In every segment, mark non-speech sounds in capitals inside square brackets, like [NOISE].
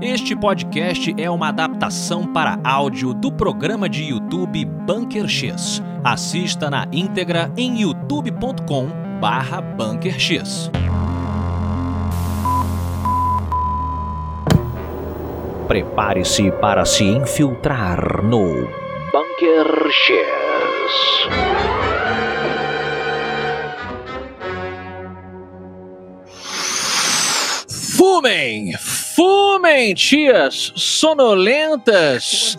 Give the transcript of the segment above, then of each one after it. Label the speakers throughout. Speaker 1: Este podcast é uma adaptação para áudio do programa de YouTube Bunker X. Assista na íntegra em youtube.com barra Bunker X. Prepare-se para se infiltrar no Bunker X. Fumem! Fumem, tias sonolentas!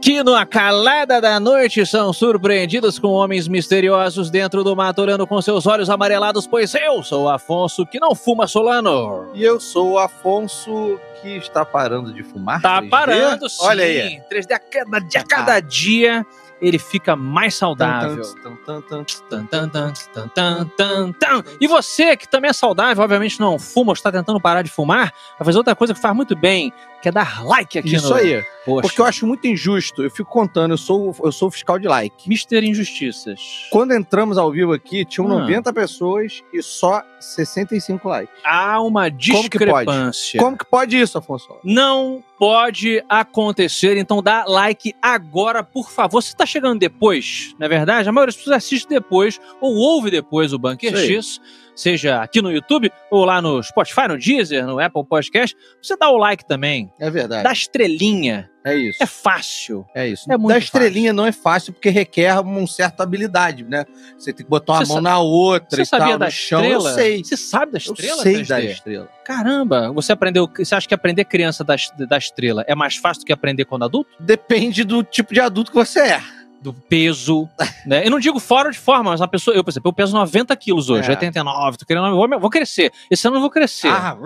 Speaker 1: Que na calada da noite são surpreendidas com homens misteriosos dentro do mato olhando com seus olhos amarelados, pois eu sou Afonso que não fuma Solano.
Speaker 2: E eu sou o Afonso que está parando de fumar.
Speaker 1: Tá
Speaker 2: 3D.
Speaker 1: parando, sim.
Speaker 2: Olha aí.
Speaker 1: 3D a cada dia, a cada dia ele fica mais saudável.
Speaker 2: Tan, tan, tan, tan.
Speaker 1: Tan, tan, tan, tan, tan, tan, tan. E você que também é saudável, obviamente não fuma ou está tentando parar de fumar, vai fazer outra coisa que faz muito bem, que é dar like aqui
Speaker 2: Isso
Speaker 1: no...
Speaker 2: aí.
Speaker 1: Poxa,
Speaker 2: Porque eu acho muito injusto. Eu fico contando, eu sou, eu sou o fiscal de like.
Speaker 1: Mister Injustiças.
Speaker 2: Quando entramos ao vivo aqui, tinham
Speaker 1: Ah.
Speaker 2: 90 pessoas e só 65 likes.
Speaker 1: Há uma
Speaker 2: Como que pode?
Speaker 1: discrepância.
Speaker 2: Como que pode isso, Afonso?
Speaker 1: Não pode acontecer, então dá like agora, por favor. Se tá chegando depois, na verdade, a maioria das pessoas assiste depois ou ouve depois o Bunker
Speaker 2: Isso aí.
Speaker 1: X, seja aqui no YouTube ou lá no Spotify, no Deezer, no Apple Podcast, você dá o like também,
Speaker 2: É verdade.
Speaker 1: dá estrelinha,
Speaker 2: É isso.
Speaker 1: é fácil.
Speaker 2: É isso.
Speaker 1: É muito
Speaker 2: da estrelinha não é fácil porque requer uma certa habilidade, né? Você tem que botar uma
Speaker 1: Você
Speaker 2: mão na outra
Speaker 1: Você
Speaker 2: e tal,
Speaker 1: sabia da
Speaker 2: no chão.
Speaker 1: estrela?
Speaker 2: Eu sei.
Speaker 1: Você sabe da
Speaker 2: Eu
Speaker 1: estrela?
Speaker 2: sei
Speaker 1: 3D?
Speaker 2: da estrela.
Speaker 1: Caramba, você aprendeu. Você acha que aprender criança da, est- da estrela é mais fácil do que aprender quando adulto?
Speaker 2: Depende do tipo de adulto que você é.
Speaker 1: do
Speaker 2: [LAUGHS]
Speaker 1: peso, né? Eu não digo fora de forma, mas uma pessoa, eu, por exemplo, eu peso 90 quilos hoje,
Speaker 2: É.
Speaker 1: 89, tô querendo, vou, vou crescer. Esse ano eu vou crescer.
Speaker 2: Ah,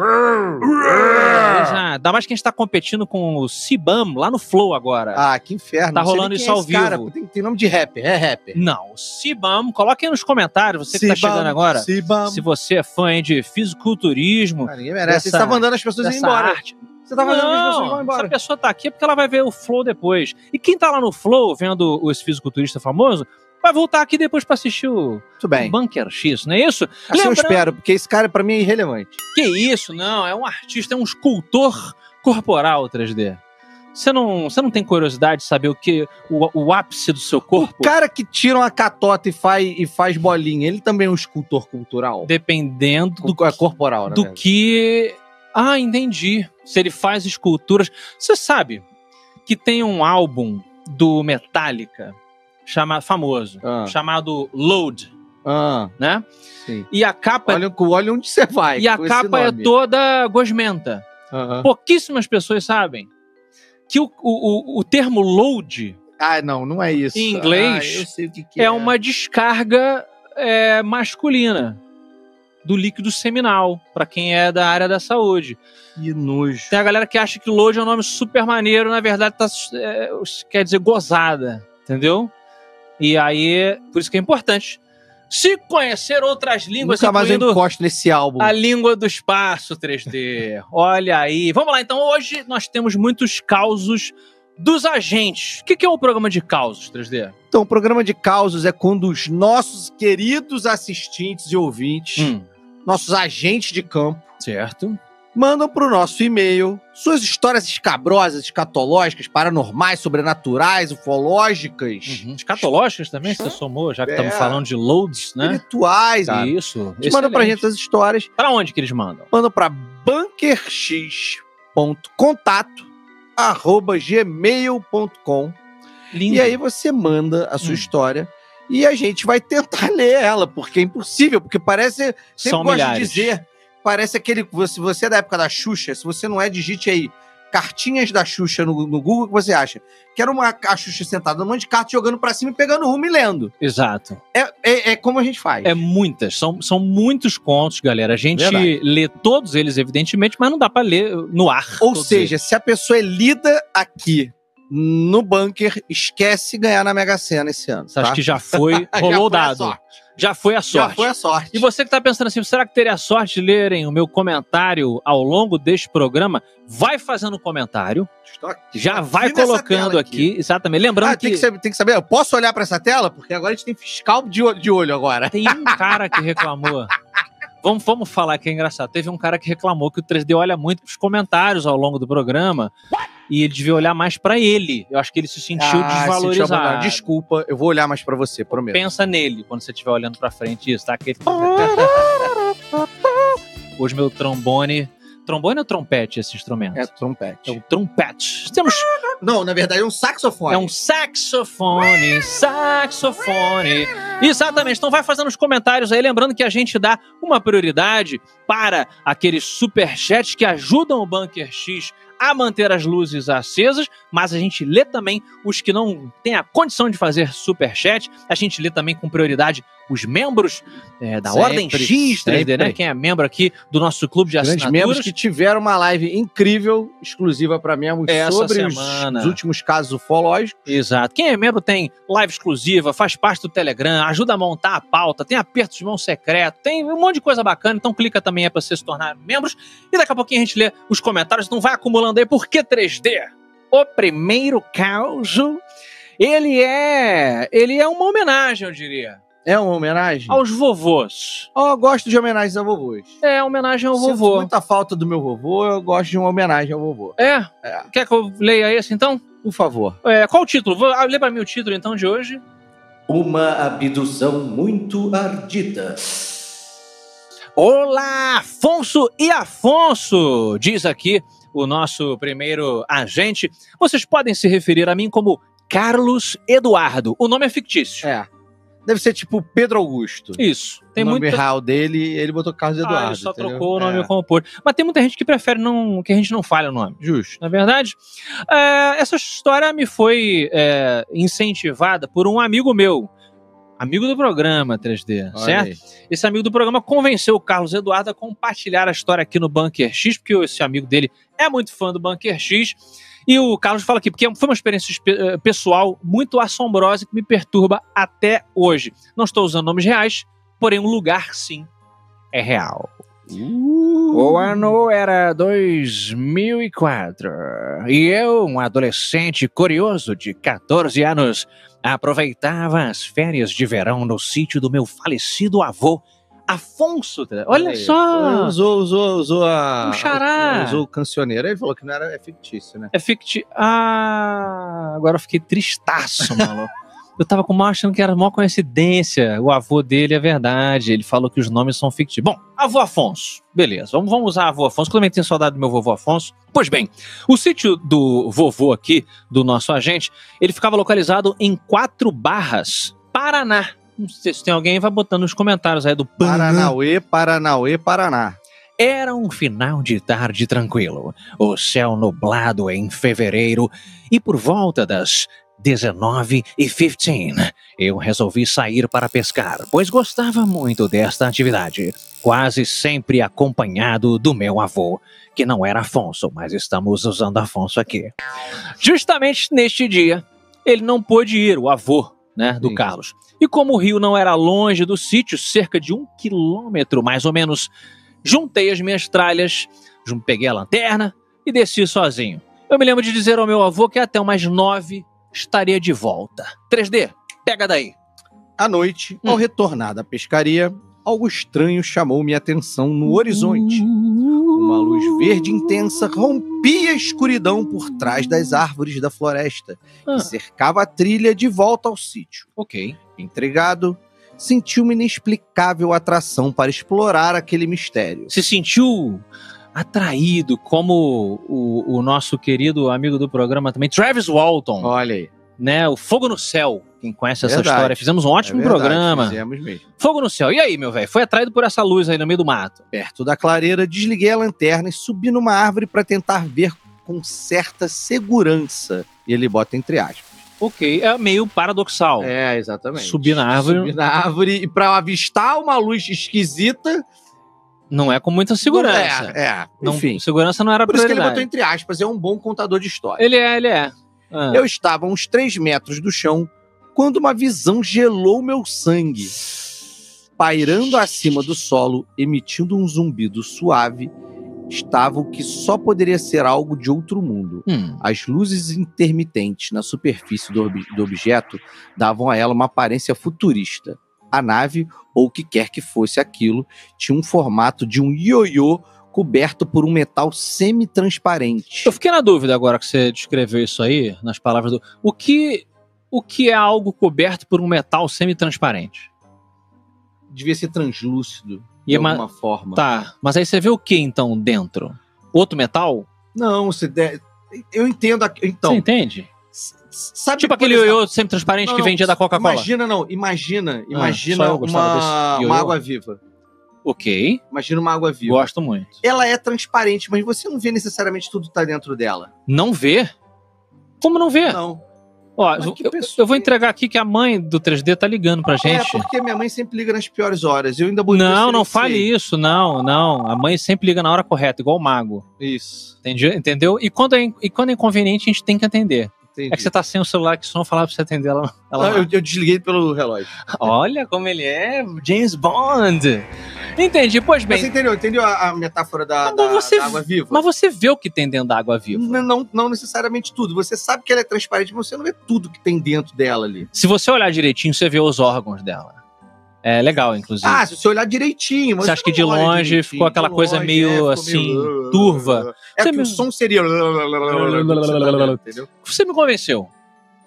Speaker 1: Exato. Ainda mais que a gente tá competindo com o Cibam lá no Flow agora.
Speaker 2: Ah, que inferno.
Speaker 1: Tá
Speaker 2: Não sei
Speaker 1: rolando
Speaker 2: nem quem
Speaker 1: isso
Speaker 2: é
Speaker 1: ao
Speaker 2: esse Cara,
Speaker 1: vivo.
Speaker 2: tem, tem nome de rapper, é rapper.
Speaker 1: Não, o Cibam, coloque aí nos comentários, você que tá chegando agora.
Speaker 2: Sibam.
Speaker 1: Se você é fã aí de fisiculturismo,
Speaker 2: Ah, ninguém merece.
Speaker 1: Dessa-
Speaker 2: Você tá mandando as pessoas
Speaker 1: dessa
Speaker 2: irem embora.
Speaker 1: arte.
Speaker 2: Você tá mandando as pessoas
Speaker 1: Não,
Speaker 2: irem embora.
Speaker 1: essa pessoa tá aqui é porque ela vai ver o Flow depois. E quem tá lá no Flow, vendo esse fisiculturista famoso, vai voltar aqui depois pra assistir o
Speaker 2: Muito bem.
Speaker 1: Bunker X, não é isso?
Speaker 2: Assim eu
Speaker 1: Lembrando-
Speaker 2: espero, porque esse cara pra mim é irrelevante.
Speaker 1: Que isso, não, é um artista, é um escultor corporal 3D. Você não, você não tem curiosidade de saber o que o, o ápice do seu corpo?
Speaker 2: O cara que tira uma catota e faz, e faz bolinha, ele também é um escultor cultural.
Speaker 1: Dependendo do,
Speaker 2: Co- é corporal, né?
Speaker 1: do que. Ah, entendi. Se ele faz esculturas. Você sabe que tem um álbum do Metallica chama, famoso,
Speaker 2: Ah.
Speaker 1: chamado Load,
Speaker 2: Ah,
Speaker 1: né?
Speaker 2: sim.
Speaker 1: E a capa,
Speaker 2: Olha, olha onde você vai.
Speaker 1: e a
Speaker 2: com esse
Speaker 1: capa é
Speaker 2: nome. Ah.
Speaker 1: toda gosmenta.
Speaker 2: Aham.
Speaker 1: pouquíssimas pessoas sabem que o, o, o- o termo load
Speaker 2: Ah, não, não é isso.
Speaker 1: Em inglês,
Speaker 2: Ah, eu sei o que, que
Speaker 1: é uma descarga é, masculina do líquido seminal, pra quem é da área da saúde.
Speaker 2: Que nojo.
Speaker 1: Tem a galera que acha que load é um nome super maneiro, na verdade tá, é, quer dizer gozada, entendeu? E aí, por isso que é importante se conhecer outras línguas,
Speaker 2: Nunca mais eu
Speaker 1: incluindo
Speaker 2: encosto nesse álbum.
Speaker 1: A língua do espaço 3D. Olha aí. Vamos lá, então. Hoje nós temos muitos causos dos agentes. O que, que é o programa de causos 3D?
Speaker 2: Então, o programa de causos é quando os nossos queridos assistentes e ouvintes, nossos agentes de campo,
Speaker 1: certo.
Speaker 2: mandam para o nosso e-mail suas histórias escabrosas, escatológicas, paranormais, sobrenaturais, ufológicas,
Speaker 1: Uhum. Escatológicas também, você somou, já que
Speaker 2: É.
Speaker 1: estamos falando de loads, né?
Speaker 2: espirituais.
Speaker 1: Tá.
Speaker 2: E
Speaker 1: Isso.
Speaker 2: Eles mandam pra
Speaker 1: Excelente.
Speaker 2: gente as histórias,
Speaker 1: Pra onde que eles mandam?
Speaker 2: mandam para bunkerx.contato arroba gmail.com
Speaker 1: Lindo.
Speaker 2: e aí você manda a sua
Speaker 1: Hum.
Speaker 2: história e a gente vai tentar [LAUGHS] ler ela, porque é impossível, porque parece Sempre
Speaker 1: São
Speaker 2: gosto
Speaker 1: milhares.
Speaker 2: de dizer, parece aquele. Se você é da época da Xuxa, se você não é, digite aí cartinhas da Xuxa no, no Google, o que você acha? Quero uma a Xuxa sentada num monte de carta, jogando pra cima e pegando uma e lendo.
Speaker 1: Exato.
Speaker 2: É, é, é como a gente faz.
Speaker 1: É muitas, são, são muitos contos, galera. A gente
Speaker 2: Verdade.
Speaker 1: lê todos eles, evidentemente, mas não dá pra ler no ar.
Speaker 2: Ou
Speaker 1: todos
Speaker 2: seja, se a pessoa é lida aqui no bunker, esquece ganhar na Mega Sena esse ano.
Speaker 1: eles. Acho
Speaker 2: tá?
Speaker 1: que já foi,
Speaker 2: [LAUGHS] Já
Speaker 1: rolou o
Speaker 2: foi a
Speaker 1: dado.
Speaker 2: sorte.
Speaker 1: Já foi a sorte.
Speaker 2: Já foi a sorte.
Speaker 1: E você que tá pensando assim, será que teria a sorte de lerem o meu comentário ao longo deste programa? Vai fazendo um comentário,
Speaker 2: Estou aqui,
Speaker 1: já
Speaker 2: aqui
Speaker 1: vai
Speaker 2: nessa
Speaker 1: colocando
Speaker 2: tela
Speaker 1: aqui. exatamente. Lembrando
Speaker 2: Ah,
Speaker 1: que,
Speaker 2: tem, que saber, tem que saber. Eu posso olhar pra essa tela? Porque agora a gente tem fiscal de olho, de olho agora.
Speaker 1: tem um cara que reclamou Vamos, vamos falar que é engraçado. Teve um cara que reclamou que o 3D olha muito pros comentários ao longo do programa e ele devia olhar mais pra ele. Eu acho que ele se sentiu
Speaker 2: Ah, sentiu abandonado.
Speaker 1: desvalorizado.
Speaker 2: Desculpa, eu vou olhar mais pra você, prometo.
Speaker 1: Pensa nele quando você estiver olhando pra frente isso, tá? Aquele...
Speaker 2: Ah.
Speaker 1: Hoje meu trombone... Trombone ou trompete esse instrumento?
Speaker 2: É
Speaker 1: É,
Speaker 2: trompete.
Speaker 1: o trompete. Temos
Speaker 2: Não, na verdade é um saxofone.
Speaker 1: É um saxofone, saxofone. Exatamente. Então vai fazendo os comentários aí, lembrando que a gente dá uma prioridade para aqueles superchats que ajudam o Bunker X a manter as luzes acesas, mas a gente lê também os que não têm a condição de fazer superchat. A gente lê também com prioridade os membros é, da
Speaker 2: Sempre,
Speaker 1: Ordem X, 3D, né?
Speaker 2: sempre.
Speaker 1: Quem é membro aqui do nosso clube de
Speaker 2: Grandes
Speaker 1: assinaturas.
Speaker 2: membros que tiveram uma live incrível, exclusiva pra mesmo,
Speaker 1: Essa
Speaker 2: sobre os,
Speaker 1: semana.
Speaker 2: os últimos casos ufológicos.
Speaker 1: Exato. Quem é membro tem live exclusiva, faz parte do Telegram, ajuda a montar a pauta, tem aperto de mão secreto, tem um monte de coisa bacana. Então clica também aí pra você se tornar membros. E daqui a pouquinho a gente lê os comentários. Então vai acumulando aí. Por que 3D? O primeiro caso, ele é... Ele é uma homenagem, eu diria,
Speaker 2: É uma homenagem?
Speaker 1: aos vovôs.
Speaker 2: Oh, eu gosto de homenagens a vovôs.
Speaker 1: É, homenagem ao
Speaker 2: Sinto
Speaker 1: vovô.
Speaker 2: muita falta do meu vovô, eu gosto de uma homenagem ao vovô.
Speaker 1: É?
Speaker 2: É.
Speaker 1: Quer que eu leia esse, então?
Speaker 2: Por favor.
Speaker 1: É, qual o título? Vou, ah, lê pra mim o título, então, de hoje.
Speaker 3: Uma abdução muito ardida.
Speaker 1: Olá, Afonso e Afonso! Diz aqui o nosso primeiro agente. Vocês podem se referir a mim como Carlos Eduardo. O nome é fictício.
Speaker 2: É. Deve ser tipo Pedro Augusto.
Speaker 1: Isso. Tem
Speaker 2: o nome
Speaker 1: muita...
Speaker 2: real dele, ele botou Carlos
Speaker 1: Ah,
Speaker 2: Eduardo.
Speaker 1: ele só
Speaker 2: entendeu?
Speaker 1: trocou o nome
Speaker 2: É,
Speaker 1: com o Porto. Mas tem muita gente que prefere não... que a gente não fale o nome.
Speaker 2: Justo.
Speaker 1: Na verdade, é, essa história me foi é, incentivada por um amigo meu. Amigo do programa 3D,
Speaker 2: Olha
Speaker 1: certo?
Speaker 2: aí.
Speaker 1: Esse amigo do programa convenceu o Carlos Eduardo a compartilhar a história aqui no Bunker X, porque esse amigo dele é muito fã do Bunker X. E o Carlos fala aqui, porque foi uma experiência espe- eh, pessoal muito assombrosa e que me perturba até hoje. Não estou usando nomes reais, porém um lugar sim é real. O ano era 2004 e eu, um adolescente curioso de 14 anos, aproveitava as férias de verão no sítio do meu falecido avô, Afonso. Olha
Speaker 2: aí.
Speaker 1: só!
Speaker 2: Usou, usou, usou a.
Speaker 1: Um xará.
Speaker 2: Usou o cancioneiro. Ele falou que não era é fictício, né?
Speaker 1: É ficti... Ah, agora eu fiquei tristaço, maluco. Eu tava com mal achando que era uma coincidência. O avô dele é verdade. Ele falou que os nomes são fictícios. Bom, avô Afonso. Beleza, vamos, vamos usar avô Afonso, que eu também tenho saudade do meu vovô Afonso. Pois bem, o sítio do vovô aqui, do nosso agente, ele ficava localizado em Quatro Barras, Paraná. Não sei se tem alguém, vai botando nos comentários aí do Paraná.
Speaker 2: Paranauê, Paranauê, Paraná.
Speaker 1: Era um final de tarde tranquilo, o céu nublado em fevereiro, e por volta das 19 e 15 eu resolvi sair para pescar, pois gostava muito desta atividade, quase sempre acompanhado do meu avô, que não era Afonso, mas estamos usando Afonso aqui. Justamente neste dia, ele não pôde ir, o avô. Né, do
Speaker 2: Sim.
Speaker 1: Carlos. E como o rio não era longe do sítio, cerca de um quilômetro mais ou menos, juntei as minhas tralhas, jun- peguei a lanterna e desci sozinho. Eu me lembro de dizer ao meu avô que até umas nove estaria de volta. 3D, pega daí.
Speaker 2: À noite, ao
Speaker 1: Hum.
Speaker 2: retornar da pescaria, algo estranho chamou minha atenção no horizonte. Uma
Speaker 1: Uma
Speaker 2: luz verde intensa rompia a escuridão por trás das árvores da floresta
Speaker 1: Ah.
Speaker 2: e cercava a trilha de volta ao sítio.
Speaker 1: Ok.
Speaker 2: Entregado, senti uma inexplicável atração para explorar aquele mistério.
Speaker 1: Se sentiu atraído, como o, o nosso querido amigo do programa também, Travis Walton,
Speaker 2: Olha aí.
Speaker 1: né? O Fogo no Céu. Quem conhece essa
Speaker 2: Verdade.
Speaker 1: história? Fizemos um ótimo
Speaker 2: é verdade,
Speaker 1: programa.
Speaker 2: Fizemos mesmo.
Speaker 1: Fogo no Céu. E aí, meu velho? Foi atraído por essa luz aí no meio do mato.
Speaker 2: Perto da clareira, desliguei a lanterna e subi numa árvore para tentar ver com certa segurança. E ele bota entre aspas.
Speaker 1: Ok. É meio paradoxal.
Speaker 2: É, exatamente.
Speaker 1: Subir na árvore.
Speaker 2: Subir na árvore e para avistar uma luz esquisita.
Speaker 1: Não é com muita segurança.
Speaker 2: É, é.
Speaker 1: Não,
Speaker 2: Enfim.
Speaker 1: Segurança não era
Speaker 2: Por isso que ele
Speaker 1: prioridade.
Speaker 2: botou entre aspas, é um bom contador de história.
Speaker 1: Ele é, ele é. Ah.
Speaker 2: Eu estava a uns 3 metros do chão quando uma visão gelou meu sangue. Pairando acima do solo, emitindo um zumbido suave, estava o que só poderia ser algo de outro mundo.
Speaker 1: Hum.
Speaker 2: As luzes intermitentes na superfície do, ob- do objeto davam a ela uma aparência futurista. A nave, ou o que quer que fosse aquilo, tinha um formato de um ioiô coberto por um metal semi-transparente.
Speaker 1: Eu fiquei na dúvida agora que você descreveu isso aí, nas palavras do. O que, o que é algo coberto por um metal semi-transparente?
Speaker 2: Devia ser translúcido,
Speaker 1: E
Speaker 2: de
Speaker 1: é uma-
Speaker 2: alguma forma.
Speaker 1: Tá, mas aí você vê o que então dentro? Outro metal?
Speaker 2: Não, se der... Eu entendo. aqui- Então,
Speaker 1: você entende?
Speaker 2: s- sabe
Speaker 1: Tipo
Speaker 2: por
Speaker 1: aquele
Speaker 2: exemplo-
Speaker 1: ioiô semi-transparente
Speaker 2: Não,
Speaker 1: que
Speaker 2: não,
Speaker 1: vendia da Coca-Cola. Ah,
Speaker 2: Imagina, não. Imagina,
Speaker 1: só
Speaker 2: imagina
Speaker 1: eu gostava
Speaker 2: uma,
Speaker 1: desse ioiô.
Speaker 2: uma água viva.
Speaker 1: Ok,
Speaker 2: Imagina uma água viva.
Speaker 1: gosto muito.
Speaker 2: Ela é transparente, mas você não vê necessariamente tudo que tá dentro dela.
Speaker 1: Não vê? Como não vê?
Speaker 2: Não.
Speaker 1: Ó,
Speaker 2: Mas
Speaker 1: eu,
Speaker 2: que
Speaker 1: eu-
Speaker 2: pessoa-
Speaker 1: eu vou entregar aqui que a mãe do 3D tá ligando pra
Speaker 2: É
Speaker 1: gente.
Speaker 2: porque minha mãe sempre liga nas piores horas. Eu ainda
Speaker 1: Não, não fale isso, não, não. A mãe sempre liga na hora correta, igual o mago.
Speaker 2: Isso.
Speaker 1: Entendi? Entendeu? E quando, é, in- e quando é inconveniente, a gente tem que atender.
Speaker 2: Entendi.
Speaker 1: É que você tá sem o celular que só não falar pra você atender ela. ela
Speaker 2: Ah, eu, eu desliguei pelo relógio.
Speaker 1: Olha como ele é, James Bond. Entendi, pois
Speaker 2: Mas
Speaker 1: bem.
Speaker 2: você entendeu? Entendeu a, a metáfora da,
Speaker 1: Mas
Speaker 2: da-
Speaker 1: você-
Speaker 2: da água viva?
Speaker 1: Mas você vê o que tem dentro da água viva.
Speaker 2: N- Não, não necessariamente tudo. Você sabe que ela é transparente, mas você não vê tudo que tem dentro dela ali.
Speaker 1: Se você olhar direitinho, você vê os órgãos dela. É legal, inclusive.
Speaker 2: Ah, se você olhar direitinho. mas
Speaker 1: Você acha que
Speaker 2: não
Speaker 1: de
Speaker 2: olha
Speaker 1: longe
Speaker 2: direitinho,
Speaker 1: ficou aquela
Speaker 2: de
Speaker 1: coisa
Speaker 2: longe,
Speaker 1: meio,
Speaker 2: ficou
Speaker 1: assim,
Speaker 2: meio-
Speaker 1: turva.
Speaker 2: É
Speaker 1: Você
Speaker 2: que
Speaker 1: mesmo-
Speaker 2: o som seria. Entendeu?
Speaker 1: Você me convenceu.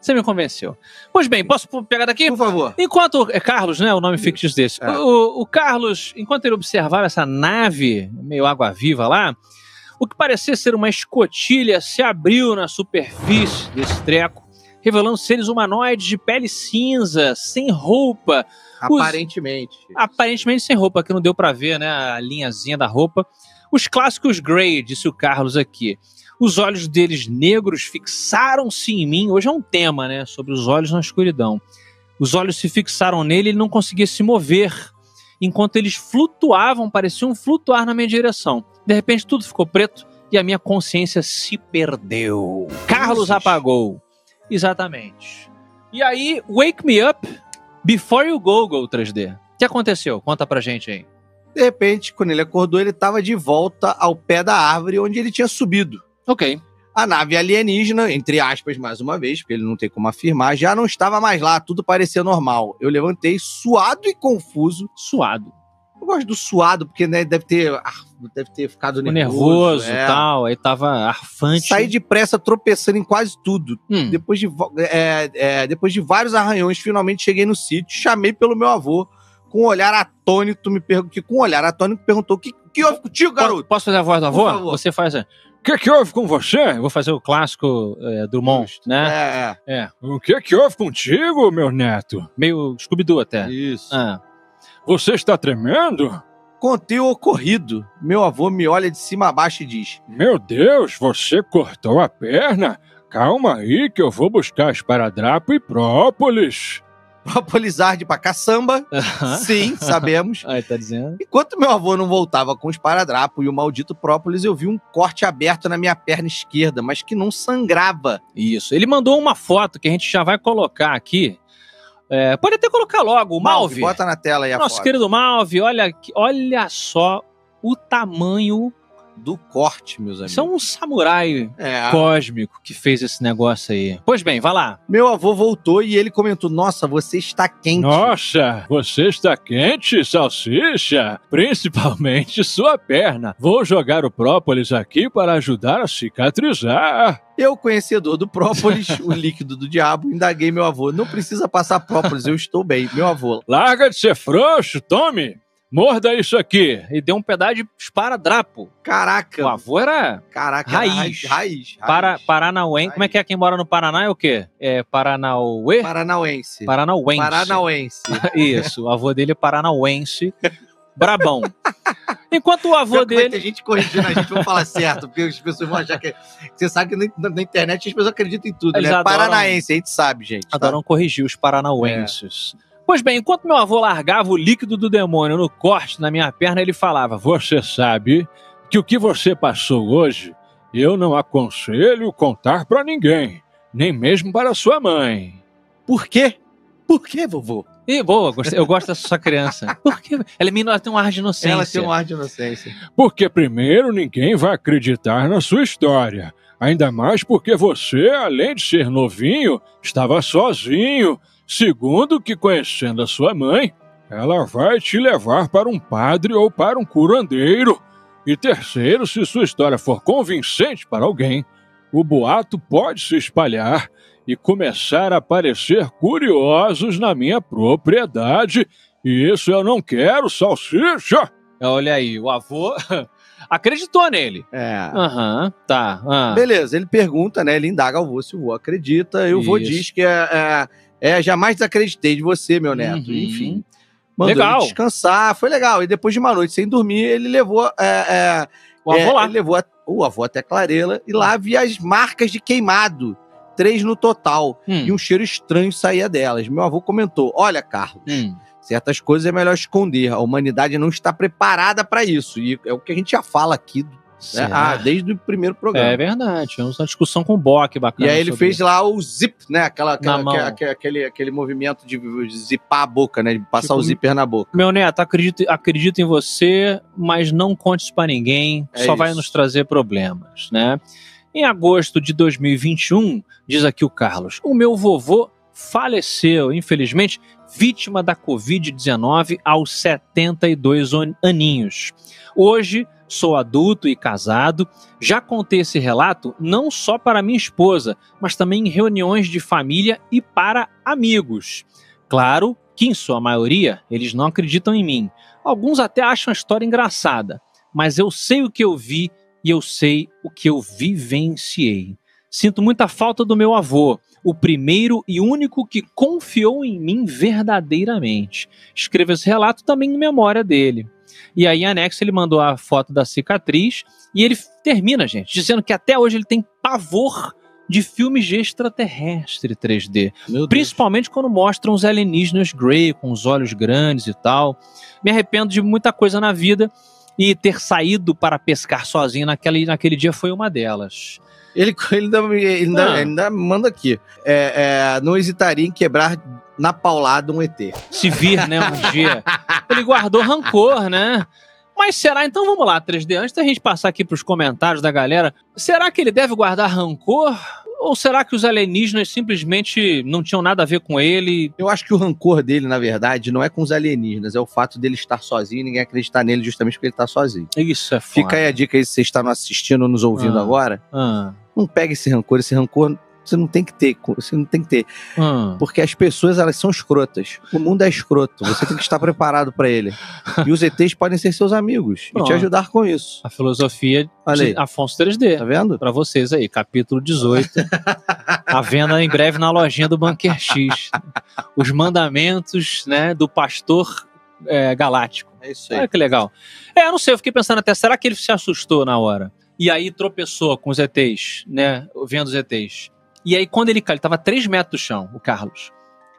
Speaker 1: Você me convenceu. Pois bem, posso pegar daqui?
Speaker 2: Por favor.
Speaker 1: Enquanto. É Carlos, né? O nome fictício desse.
Speaker 2: É.
Speaker 1: O, o Carlos, enquanto ele observava essa nave, meio água-viva lá, o que parecia ser uma escotilha se abriu na superfície desse treco, revelando seres humanoides de pele cinza, sem roupa, Os-
Speaker 2: Aparentemente.
Speaker 1: aparentemente sem roupa, que não deu pra ver, né? A linhazinha da roupa. Os clássicos Grey, disse o Carlos aqui. Os olhos deles negros fixaram-se em mim. Hoje é um tema, né? Sobre os olhos na escuridão. Os olhos se fixaram nele e ele não conseguia se mover. Enquanto eles flutuavam, pareciam flutuar na minha direção. De repente, tudo ficou preto e a minha consciência se perdeu. Carlos
Speaker 2: Cruzes.
Speaker 1: apagou. Exatamente. E aí, Wake Me Up Before You Go Go 3D. O que aconteceu? Conta pra gente aí.
Speaker 2: De repente, quando ele acordou, ele estava de volta ao pé da árvore onde ele tinha subido.
Speaker 1: Ok.
Speaker 2: A nave alienígena, entre aspas, mais uma vez, porque ele não tem como afirmar, já não estava mais lá, tudo parecia normal. Eu levantei, suado e confuso.
Speaker 1: Suado.
Speaker 2: Eu gosto do suado, porque né, deve ter. ah, deve ter ficado
Speaker 1: Ficou
Speaker 2: nervoso.
Speaker 1: nervoso
Speaker 2: é.
Speaker 1: e tal. Aí tava arfante.
Speaker 2: Saí depressa, tropeçando em quase tudo.
Speaker 1: Hum,
Speaker 2: Depois de, vo- é, é, depois de vários arranhões, finalmente cheguei no sítio, chamei pelo meu avô, com um olhar atônito, me perguntou, que com um olhar atônito perguntou: que, que houve contigo,
Speaker 1: po-
Speaker 2: garoto?
Speaker 1: Posso fazer a voz do
Speaker 2: Por
Speaker 1: avô?
Speaker 2: favor.
Speaker 1: Você faz. O que, que houve com você? Eu vou fazer o clássico é, Drummond, né?
Speaker 2: É,
Speaker 1: É. O que, que houve contigo, meu neto? Meio Scooby-Doo até.
Speaker 2: isso.
Speaker 1: Ah. [LAUGHS] Você está tremendo?
Speaker 2: Contei o ocorrido. Meu avô me olha de cima a baixo e diz:
Speaker 1: Meu Deus, você cortou a perna? Calma aí que eu vou buscar esparadrapo e própolis.
Speaker 2: Propolizar de pra caçamba. Sim,
Speaker 1: [LAUGHS]
Speaker 2: sabemos.
Speaker 1: Aí tá dizendo.
Speaker 2: Enquanto meu avô não voltava com o esparadrapo e o maldito própolis, eu vi um corte aberto na minha perna esquerda, mas que não sangrava.
Speaker 1: Isso. Ele mandou uma foto que a gente já vai colocar aqui. É, pode até colocar logo, o Malve.
Speaker 2: Bota na tela aí a
Speaker 1: Nosso
Speaker 2: foto.
Speaker 1: querido Malve, olha, aqui- olha só o tamanho.
Speaker 2: Do corte, meus amigos.
Speaker 1: Isso é um samurai
Speaker 2: É.
Speaker 1: cósmico que fez esse negócio aí. Pois bem, vai lá.
Speaker 2: Meu avô voltou e ele comentou: Nossa, você está quente.
Speaker 1: Nossa, você está quente, salsicha? Principalmente sua perna. Vou jogar o própolis aqui para ajudar a cicatrizar.
Speaker 2: Eu, conhecedor
Speaker 1: [LAUGHS]
Speaker 2: do própolis, o líquido do diabo, indaguei meu avô: Não precisa passar própolis, eu estou bem. Meu avô,
Speaker 1: Larga de ser frouxo, tome! Morda isso aqui! E deu um pedaço de esparadrapo. O
Speaker 2: caraca,
Speaker 1: avô era
Speaker 2: caraca, era
Speaker 1: Raiz.
Speaker 2: raiz, raiz, raiz.
Speaker 1: para, Paranauê. Como é que é quem mora no Paraná? É o quê? É Paranauê?
Speaker 2: Paranauense.
Speaker 1: Paranauense.
Speaker 2: Paranauense.
Speaker 1: Isso, o avô dele é paranauense.
Speaker 2: [LAUGHS]
Speaker 1: Brabão. Enquanto o avô
Speaker 2: Pior que vai
Speaker 1: dele.
Speaker 2: ter gente corrigindo a gente, vamos falar certo, porque as pessoas vão achar que. Você sabe que na, na internet as pessoas acreditam em tudo,
Speaker 1: Eles
Speaker 2: né?
Speaker 1: adoram-
Speaker 2: Paranaense, a gente sabe, gente. tá?
Speaker 1: Adoram corrigir um os paranauenses. Pois bem, enquanto meu avô largava o líquido do demônio no corte na minha perna, ele falava: Você sabe que o que você passou hoje eu não aconselho contar para ninguém, nem mesmo para sua mãe.
Speaker 2: Por quê? Por quê, vovô?
Speaker 1: E boa, gostei- eu gosto dessa sua criança. [LAUGHS] Por quê? Ela, é menina, ela tem um ar de inocência.
Speaker 2: Ela tem um ar de inocência.
Speaker 4: Porque primeiro ninguém vai acreditar na sua história. Ainda mais porque você, além de ser novinho, estava sozinho. Segundo que conhecendo a sua mãe, Ela vai te levar para um padre ou para um curandeiro. E terceiro, se sua história for convincente para alguém, o boato pode se espalhar e começar a aparecer curiosos na minha propriedade. E isso eu não quero, salsicha!
Speaker 1: Olha aí, o avô [LAUGHS] acreditou nele.
Speaker 2: É.
Speaker 1: Aham, tá. ah.
Speaker 2: Beleza, ele pergunta, né? Ele indaga ao vô se o vô acredita. E o vô
Speaker 1: Isso.
Speaker 2: diz que é, é, é, jamais desacreditei de você, meu neto.
Speaker 1: Uhum.
Speaker 2: Enfim. Mandou
Speaker 1: Legal.
Speaker 2: ele descansar, foi legal. E depois de uma noite sem dormir, ele levou. é, é,
Speaker 1: O avô
Speaker 2: é,
Speaker 1: lá.
Speaker 2: Ele levou a- o avô até Clarela e lá havia as marcas de queimado. Três no total.
Speaker 1: Hum,
Speaker 2: E um cheiro estranho saía delas. Meu avô comentou: Olha, Carlos,
Speaker 1: hum.
Speaker 2: certas coisas é melhor esconder. A humanidade não está preparada para isso. E é o que a gente já fala aqui né?
Speaker 1: É, Será?
Speaker 2: Ah, desde o primeiro programa.
Speaker 1: É verdade, tivemos uma discussão com o Bock
Speaker 2: E
Speaker 1: bacana.
Speaker 2: aí ele
Speaker 1: sobre
Speaker 2: fez lá o zip, né? Aquela, aquela-
Speaker 1: mão.
Speaker 2: aquela- aquele, aquele, movimento de zipar a boca, né? De passar
Speaker 1: Tipo,
Speaker 2: o zíper na boca.
Speaker 1: Meu neto, acredito, acredito em você, mas não conte isso pra ninguém,
Speaker 2: É
Speaker 1: só vai
Speaker 2: isso.
Speaker 1: nos trazer problemas, né? Em agosto de 2021, diz aqui o Carlos, o meu vovô faleceu, infelizmente, vítima da Covid-19 aos 72 on- aninhos. Hoje sou adulto e casado, já contei esse relato não só para minha esposa, mas também em reuniões de família e para amigos. Claro que, em sua maioria, eles não acreditam em mim. Alguns até acham a história engraçada, mas eu sei o que eu vi e eu sei o que eu vivenciei. Sinto muita falta do meu avô, o primeiro e único que confiou em mim verdadeiramente. Escreva esse relato também em memória dele. E aí, em anexo, ele mandou a foto da cicatriz e ele termina, gente, dizendo que até hoje ele tem pavor de filmes de extraterrestre 3D.
Speaker 2: Meu
Speaker 1: Principalmente quando mostram os alienígenas Grey com os olhos grandes e tal. Me arrependo de muita coisa na vida e ter saído para pescar sozinho naquele, naquele dia foi uma delas.
Speaker 2: Ele, [LAUGHS] ele, ainda, ele ainda-
Speaker 1: Ah.
Speaker 2: ele ainda manda aqui. É, é, não hesitaria em quebrar na paulada um ET.
Speaker 1: Se vir, né,
Speaker 2: [LAUGHS]
Speaker 1: um dia. Ele guardou rancor, né? Mas será, então vamos lá, 3D, antes da gente passar aqui para os comentários da galera, será que ele deve guardar rancor? Ou será que os alienígenas simplesmente não tinham nada a ver com ele?
Speaker 2: Eu acho que o rancor dele, na verdade, não é com os alienígenas, é o fato dele estar sozinho e ninguém acreditar nele justamente porque ele está sozinho.
Speaker 1: Isso é foda.
Speaker 2: Fica aí a dica aí, se você está nos assistindo ou nos ouvindo
Speaker 1: Ah.
Speaker 2: agora,
Speaker 1: Ah,
Speaker 2: não pega esse rancor, esse rancor você não tem que ter, você não tem que ter.
Speaker 1: ah.
Speaker 2: Porque as pessoas, elas são escrotas. O mundo é escroto. Você tem que estar preparado pra ele. E os ETs podem ser seus amigos e
Speaker 1: Pronto.
Speaker 2: te ajudar com isso.
Speaker 1: A filosofia
Speaker 2: Olha aí.
Speaker 1: de Afonso 3D.
Speaker 2: Tá vendo?
Speaker 1: Pra vocês aí, capítulo 18. A venda em breve na lojinha do Bunker X. Os mandamentos, né, do pastor é, galáctico.
Speaker 2: É isso
Speaker 1: Olha que legal. É, eu não sei, eu fiquei pensando até, será que ele se assustou na hora? E aí tropeçou com os ETs, né, vendo os ETs. E aí quando ele caiu, ele tava a 3 metros do chão, o Carlos.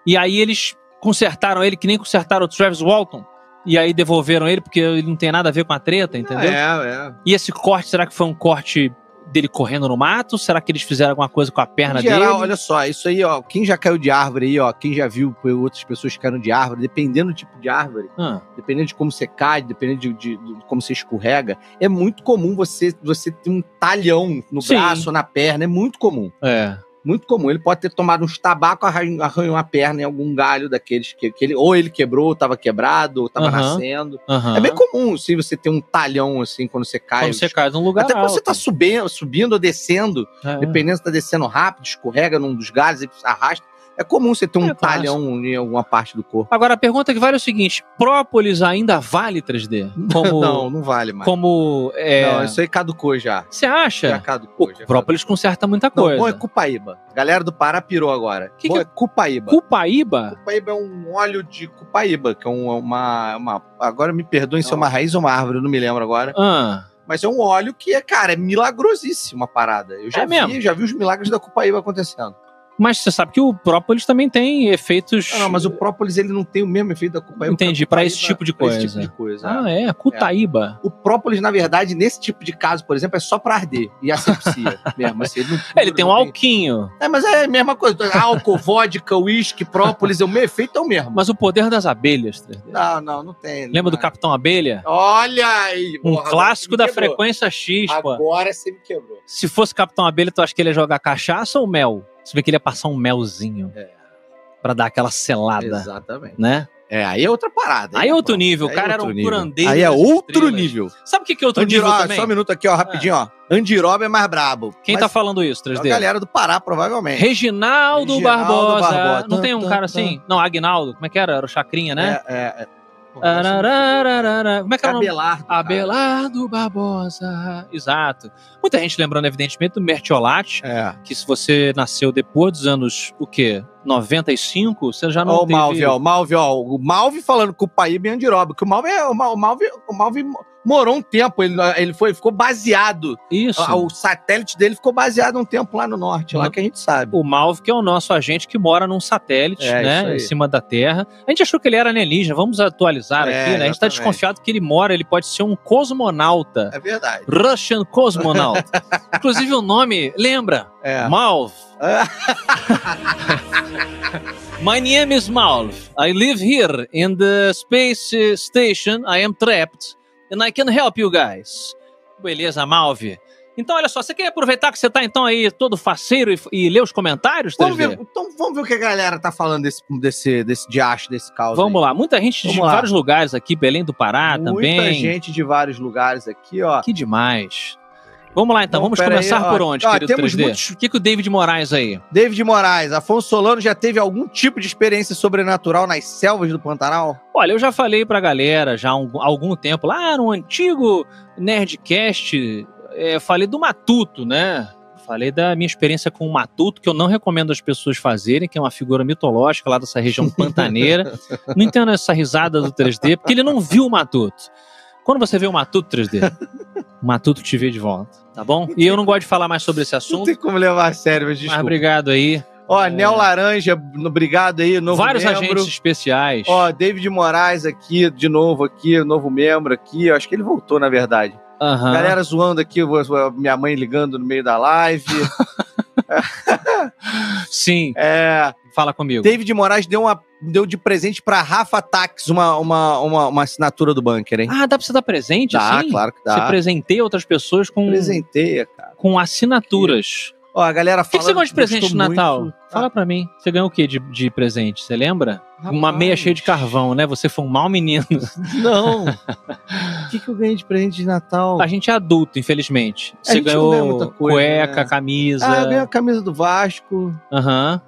Speaker 1: E aí eles consertaram ele, que nem consertaram o Travis Walton. E aí devolveram ele, porque ele não tem nada a ver com a treta, entendeu?
Speaker 2: É, é.
Speaker 1: E esse corte, será que foi um corte dele correndo no mato? Será que eles fizeram alguma coisa com a perna
Speaker 2: Em geral,
Speaker 1: dele?
Speaker 2: olha só, isso aí, ó. Quem já caiu de árvore aí, ó. Quem já viu pô, outras pessoas que caíram de árvore, dependendo do tipo de árvore,
Speaker 1: Ah,
Speaker 2: dependendo de como você cai, dependendo de, de- de como você escorrega, é muito comum você, você ter um talhão no
Speaker 1: Sim.
Speaker 2: braço ou na perna. É muito comum.
Speaker 1: é.
Speaker 2: Muito comum. Ele pode ter tomado uns tabacos, arran- arranhou a perna em algum galho daqueles que, que ele. Ou ele quebrou, ou tava quebrado, ou tava
Speaker 1: Aham.
Speaker 2: nascendo.
Speaker 1: aham.
Speaker 2: É bem comum se você tem um talhão assim quando você cai.
Speaker 1: Quando você cai num lugar
Speaker 2: Até quando
Speaker 1: alto.
Speaker 2: você tá subindo, subindo ou descendo,
Speaker 1: É.
Speaker 2: dependendo se tá descendo rápido, escorrega num dos galhos e arrasta. É comum você ter um
Speaker 1: É clássico.
Speaker 2: talhão em alguma parte do corpo.
Speaker 1: Agora, a pergunta que vale é o seguinte, própolis ainda vale 3D? Como,
Speaker 2: [LAUGHS] Não, não vale mais.
Speaker 1: como é,
Speaker 2: Não, isso é aí caducou já.
Speaker 1: você
Speaker 2: Já
Speaker 1: acha?
Speaker 2: caducou.
Speaker 1: O
Speaker 2: já
Speaker 1: própolis conserta muita
Speaker 2: caducou.
Speaker 1: coisa.
Speaker 2: Não, bom é Cupaíba. Galera do Pará pirou agora.
Speaker 1: Que
Speaker 2: bom
Speaker 1: que-
Speaker 2: é Cupaíba.
Speaker 1: Cupaíba?
Speaker 2: Cupaíba é um óleo de cupaíba, que é um- uma, uma- Agora me perdoem se é uma raiz ou uma árvore, eu não me lembro agora.
Speaker 1: Ah,
Speaker 2: Mas é um óleo que é, cara, é milagrosíssima a parada. Eu já
Speaker 1: É
Speaker 2: vi,
Speaker 1: mesmo?
Speaker 2: já vi os milagres da cupaíba acontecendo.
Speaker 1: mas você sabe que o própolis também tem efeitos...
Speaker 2: Ah, Não, não, mas o própolis ele não tem o mesmo efeito da cupaíba.
Speaker 1: Entendi,
Speaker 2: porque a
Speaker 1: pra esse
Speaker 2: cupaíba-
Speaker 1: tipo de
Speaker 2: pra Esse
Speaker 1: coisa.
Speaker 2: tipo de coisa.
Speaker 1: Ah, é? Cutaíba.
Speaker 2: O própolis, na verdade, nesse tipo de caso, por exemplo, é só pra arder e
Speaker 1: [LAUGHS]
Speaker 2: asepsia mesmo. assim, ele, não-
Speaker 1: É, ele tem um
Speaker 2: não
Speaker 1: alquinho,
Speaker 2: É, mas é a mesma coisa. Álcool, vodka, uísque, própolis, é o mesmo efeito é o mesmo.
Speaker 1: mas o poder das abelhas 3D.
Speaker 2: Não, não, não tem.
Speaker 1: Lembra do
Speaker 2: não é.
Speaker 1: Capitão Abelha?
Speaker 2: Olha aí!
Speaker 1: Um
Speaker 2: porra,
Speaker 1: clássico da
Speaker 2: agora você me quebrou.
Speaker 1: frequência X, pô.
Speaker 2: Agora você me quebrou.
Speaker 1: Se fosse Capitão Abelha, tu acha que ele ia jogar cachaça ou mel? Se vê que ele ia passar um melzinho.
Speaker 2: É.
Speaker 1: Pra dar aquela selada,
Speaker 2: Exatamente.
Speaker 1: né?
Speaker 2: É, aí é outra parada.
Speaker 1: Aí é outro nível, o
Speaker 2: Aí é
Speaker 1: cara era
Speaker 2: outro
Speaker 1: um
Speaker 2: nível.
Speaker 1: curandeiro.
Speaker 2: Aí é
Speaker 1: das
Speaker 2: outro
Speaker 1: estrelas.
Speaker 2: nível.
Speaker 1: Sabe o que, que é outro
Speaker 2: Andiro,
Speaker 1: nível
Speaker 2: ah,
Speaker 1: também?
Speaker 2: só um minuto aqui, ó, rapidinho, ó. Andiroba é mais brabo.
Speaker 1: Quem
Speaker 2: Mas
Speaker 1: tá falando isso,
Speaker 2: é
Speaker 1: 3D?
Speaker 2: a galera do Pará, provavelmente.
Speaker 1: Reginaldo,
Speaker 2: Reginaldo
Speaker 1: Barbosa.
Speaker 2: Barbosa.
Speaker 1: Não tem um
Speaker 2: Tan,
Speaker 1: cara
Speaker 2: tan,
Speaker 1: assim? Não, Agnaldo. Como é que era? Era o Chacrinha, né?
Speaker 2: É, é, é. Pô,
Speaker 1: Ararararara. Como é que era o nome?
Speaker 2: Abelardo. cara.
Speaker 1: Abelardo Barbosa. Exato. Muita gente lembrando, evidentemente, do Mertiolate,
Speaker 2: É.
Speaker 1: que se você nasceu depois dos anos, o quê? 95, você já não
Speaker 2: Ó, o
Speaker 1: teve...
Speaker 2: Malve, ó. O Malve, ó. O Malve falando com o Paíba e Andiroba. Que o Malve, é- o Mal- o Malve, o Malve mo- morou um tempo. Ele, ele foi, ficou baseado.
Speaker 1: Isso. Uhum.
Speaker 2: Ah, O satélite dele ficou baseado um tempo lá no norte, lá
Speaker 1: Não.
Speaker 2: que a gente sabe.
Speaker 1: O Malv, que é o nosso agente que mora num satélite,
Speaker 2: É, isso
Speaker 1: né?
Speaker 2: aí.
Speaker 1: Em cima da Terra. A gente achou que ele era alienígena, vamos atualizar
Speaker 2: É,
Speaker 1: aqui, né? A gente tá
Speaker 2: exatamente.
Speaker 1: desconfiado que ele mora, ele pode ser um cosmonauta.
Speaker 2: É verdade.
Speaker 1: Russian Cosmonaut.
Speaker 2: [LAUGHS]
Speaker 1: Inclusive o nome, lembra?
Speaker 2: É. [LAUGHS]
Speaker 1: Malv. My name is Malv. I live here in the space eh, station. I am trapped and I can help you guys. Beleza, Malv. Então, olha só, você quer aproveitar que você tá então aí todo faceiro e, e ler os comentários,
Speaker 2: Vamos
Speaker 1: 3D?
Speaker 2: ver, então vamos ver o que a galera tá falando desse, desse, desse diacho, desse caos.
Speaker 1: Vamos lá, muita gente de
Speaker 2: Vamos lá.
Speaker 1: vários lugares aqui, Belém do Pará também.
Speaker 2: Muita gente de vários lugares aqui, ó.
Speaker 1: Que demais. Vamos lá então,
Speaker 2: Não,
Speaker 1: vamos
Speaker 2: pera
Speaker 1: começar
Speaker 2: aí, ó.
Speaker 1: por onde,
Speaker 2: Ó,
Speaker 1: querido
Speaker 2: temos
Speaker 1: 3D?
Speaker 2: muitos-
Speaker 1: O que, que o David Moraes aí?
Speaker 2: David Moraes, Afonso Solano já teve algum tipo de experiência sobrenatural nas selvas do Pantanal?
Speaker 1: Olha, eu já falei pra galera já há um- algum tempo, lá no antigo Nerdcast, é, falei do Matuto, né? Falei da minha experiência com o Matuto, que eu não recomendo as pessoas fazerem, que é uma figura mitológica lá dessa
Speaker 2: [LAUGHS]
Speaker 1: região pantaneira. não entendo essa risada do 3D, porque ele não viu o Matuto. Quando você vê o Matuto 3D, o Matuto te vê de volta, tá bom? E eu não gosto de falar mais sobre esse
Speaker 2: Não
Speaker 1: assunto,
Speaker 2: tem como levar a sério, mas
Speaker 1: mas
Speaker 2: desculpa.
Speaker 1: obrigado aí.
Speaker 2: Ó, Nel Laranja, obrigado aí, novo
Speaker 1: Vários
Speaker 2: membro.
Speaker 1: agentes especiais.
Speaker 2: Ó, David Moraes aqui, de novo aqui, novo membro aqui. Eu acho que ele voltou, na verdade.
Speaker 1: Aham.
Speaker 2: Galera zoando aqui, eu vou- minha mãe ligando no meio da live. [LAUGHS]
Speaker 1: Sim,
Speaker 2: é,
Speaker 1: fala comigo.
Speaker 2: David Moraes deu, uma, deu de presente pra Rafa Tax uma, uma, uma, uma assinatura do bunker, hein?
Speaker 1: Ah, dá pra você dar presente,
Speaker 2: dá,
Speaker 1: assim?
Speaker 2: claro que
Speaker 1: Você
Speaker 2: dá.
Speaker 1: presenteia outras pessoas com,
Speaker 2: Presenteia, cara.
Speaker 1: com assinaturas.
Speaker 2: Ó, a galera
Speaker 1: O que,
Speaker 2: fala. Ah.
Speaker 1: que você gosta de presente de Natal? Fala
Speaker 2: Fala
Speaker 1: pra mim. Você ganhou o que de, de presente? Você lembra?
Speaker 2: Ah,
Speaker 1: Uma meia cheia de carvão, né? Você foi um mau menino.
Speaker 2: Não. O que, que eu ganhei de presente de
Speaker 1: [LAUGHS]
Speaker 2: Natal?
Speaker 1: A gente é adulto, infelizmente.
Speaker 2: A
Speaker 1: Você
Speaker 2: gente não ganha
Speaker 1: ganhou
Speaker 2: muita coisa,
Speaker 1: cueca,
Speaker 2: né? Ah, eu ganhei
Speaker 1: camisa.
Speaker 2: a camisa do Vasco.
Speaker 1: Aham.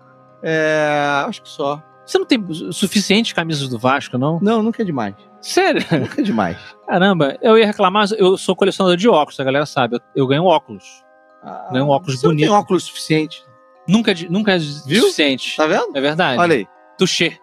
Speaker 2: É, acho que só.
Speaker 1: Você não tem su- suficiente camisas do Vasco, não?
Speaker 2: Não, nunca
Speaker 1: [LAUGHS]
Speaker 2: é demais.
Speaker 1: Sério?
Speaker 2: Nunca é demais.
Speaker 1: Caramba, eu ia reclamar, mas eu sou colecionador de óculos, a galera sabe. Eu, eu ganho óculos.
Speaker 2: Ah,
Speaker 1: Ganhei um óculos
Speaker 2: você não
Speaker 1: bonito.
Speaker 2: tem óculos suficiente.
Speaker 1: Nunca, de- nunca é suficiente.
Speaker 2: Tá vendo?
Speaker 1: É verdade.
Speaker 2: Olha aí.
Speaker 1: Touché.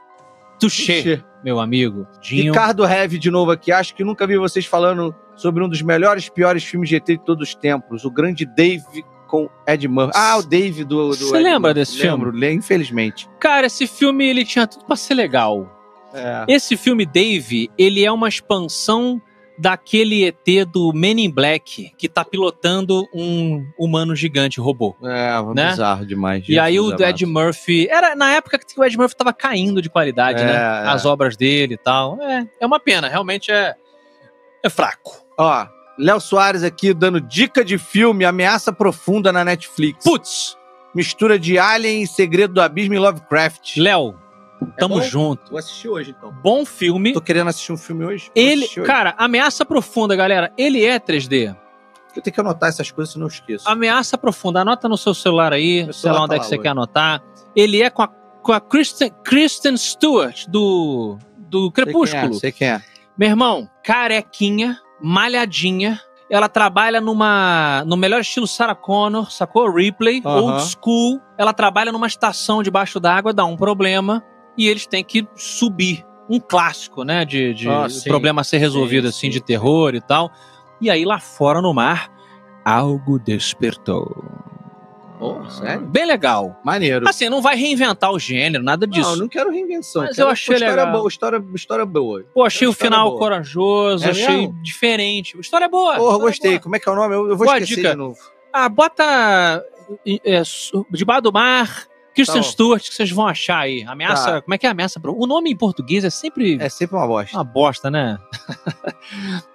Speaker 1: Touché. meu amigo. Dinho.
Speaker 2: Ricardo Heve de novo aqui. Acho que nunca vi vocês falando sobre um dos melhores, piores filmes de ET de todos os tempos. O grande Dave com Ed Murphy. Ah, o Dave do. do
Speaker 1: Você
Speaker 2: Ed
Speaker 1: lembra
Speaker 2: Murphy.
Speaker 1: desse
Speaker 2: Lembro, le- infelizmente.
Speaker 1: Cara, esse filme ele tinha tudo pra ser legal.
Speaker 2: É.
Speaker 1: Esse filme Dave, ele é uma expansão daquele ET do Men in Black que tá pilotando um humano gigante robô.
Speaker 2: É,
Speaker 1: Né?
Speaker 2: bizarro demais.
Speaker 1: e aí o
Speaker 2: Jesus amado.
Speaker 1: Ed Murphy, era na época que o Ed Murphy tava caindo de qualidade,
Speaker 2: É,
Speaker 1: né?
Speaker 2: é.
Speaker 1: As obras dele e tal. É, é uma pena, realmente é é fraco.
Speaker 2: Ó, Léo Soares aqui dando dica de filme Ameaça Profunda na Netflix.
Speaker 1: Putz,
Speaker 2: Mistura de Alien, Segredo do Abismo e Lovecraft.
Speaker 1: Léo, tamo
Speaker 2: É bom?
Speaker 1: junto.
Speaker 2: Vou assistir hoje, então.
Speaker 1: Bom filme.
Speaker 2: Tô querendo assistir um filme hoje. vou
Speaker 1: Ele,
Speaker 2: assistir hoje.
Speaker 1: cara, ameaça profunda, galera. Ele é 3D.
Speaker 2: Eu tenho que anotar essas coisas, senão eu esqueço.
Speaker 1: Ameaça Profunda. Anota no seu celular aí,
Speaker 2: Meu
Speaker 1: sei lá
Speaker 2: celular
Speaker 1: onde
Speaker 2: tá
Speaker 1: é que
Speaker 2: lá
Speaker 1: você
Speaker 2: hoje.
Speaker 1: quer anotar. Ele é com a, com a Kristen, Kristen Stewart, do, do Crepúsculo.
Speaker 2: Sei quem é. Sei quem é.
Speaker 1: Meu irmão, carequinha, malhadinha. Ela trabalha numa no melhor estilo Sarah Connor, sacou? Ripley,
Speaker 2: Aham.
Speaker 1: old school. Ela trabalha numa estação debaixo d'água, dá um problema e eles têm que subir. Um clássico, né? De, de
Speaker 2: Ah, sim.
Speaker 1: problema a ser resolvido,
Speaker 2: Sim,
Speaker 1: assim,
Speaker 2: sim,
Speaker 1: de
Speaker 2: sim.
Speaker 1: terror e tal. E aí lá fora no mar, algo despertou.
Speaker 2: Pô, sério?
Speaker 1: Bem legal.
Speaker 2: Maneiro.
Speaker 1: Assim, não vai reinventar o gênero, nada disso.
Speaker 2: Não, eu não quero reinvenção.
Speaker 1: Mas
Speaker 2: quero
Speaker 1: eu achei
Speaker 2: história
Speaker 1: legal.
Speaker 2: Boa, história, história boa.
Speaker 1: Pô, achei o
Speaker 2: é História
Speaker 1: final
Speaker 2: boa.
Speaker 1: corajoso,
Speaker 2: É
Speaker 1: achei
Speaker 2: mesmo?
Speaker 1: diferente. História boa. Ah,
Speaker 2: Porra,
Speaker 1: história
Speaker 2: gostei.
Speaker 1: boa.
Speaker 2: Como é que é o nome? Eu, eu vou
Speaker 1: Boa
Speaker 2: esquecer
Speaker 1: dica.
Speaker 2: de novo.
Speaker 1: Ah, bota eh, eh, su- debaixo do mar, Kristen
Speaker 2: Tá bom.
Speaker 1: Stewart, que vocês vão achar aí. Ameaça.
Speaker 2: Tá.
Speaker 1: Como é que é ameaça? pro- O nome em português é sempre
Speaker 2: É sempre uma bosta.
Speaker 1: uma bosta, né?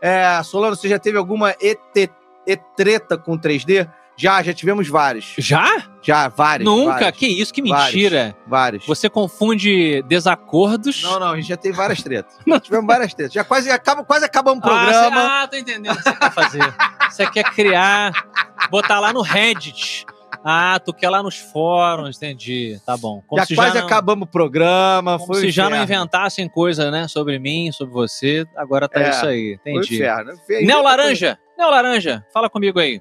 Speaker 2: É, Solano, você já teve alguma ET, e treta com 3D? Já, já tivemos vários.
Speaker 1: Já?
Speaker 2: Já, vários.
Speaker 1: Nunca?
Speaker 2: vários,
Speaker 1: Que isso, que
Speaker 2: Vários.
Speaker 1: mentira.
Speaker 2: Vários.
Speaker 1: Você confunde desacordos.
Speaker 2: Não, não, a gente já teve várias
Speaker 1: [LAUGHS]
Speaker 2: tretas. Já tivemos várias tretas. Já quase, acaba, quase acabamos
Speaker 1: Ah,
Speaker 2: o programa.
Speaker 1: cê- ah, tô entendendo o que você quer fazer. Você quer criar, botar lá no Reddit. Ah, tu quer lá nos fóruns, entendi. Tá bom. Como se
Speaker 2: já quase
Speaker 1: não-
Speaker 2: acabamos o programa.
Speaker 1: como
Speaker 2: foi um
Speaker 1: se já não
Speaker 2: inferno.
Speaker 1: inventassem coisa, né? Sobre mim, sobre você. Agora tá
Speaker 2: É,
Speaker 1: isso aí.
Speaker 2: Foi um
Speaker 1: Entendi.
Speaker 2: inferno. Fe-
Speaker 1: Neo Laranja, Neo Laranja, fala comigo aí.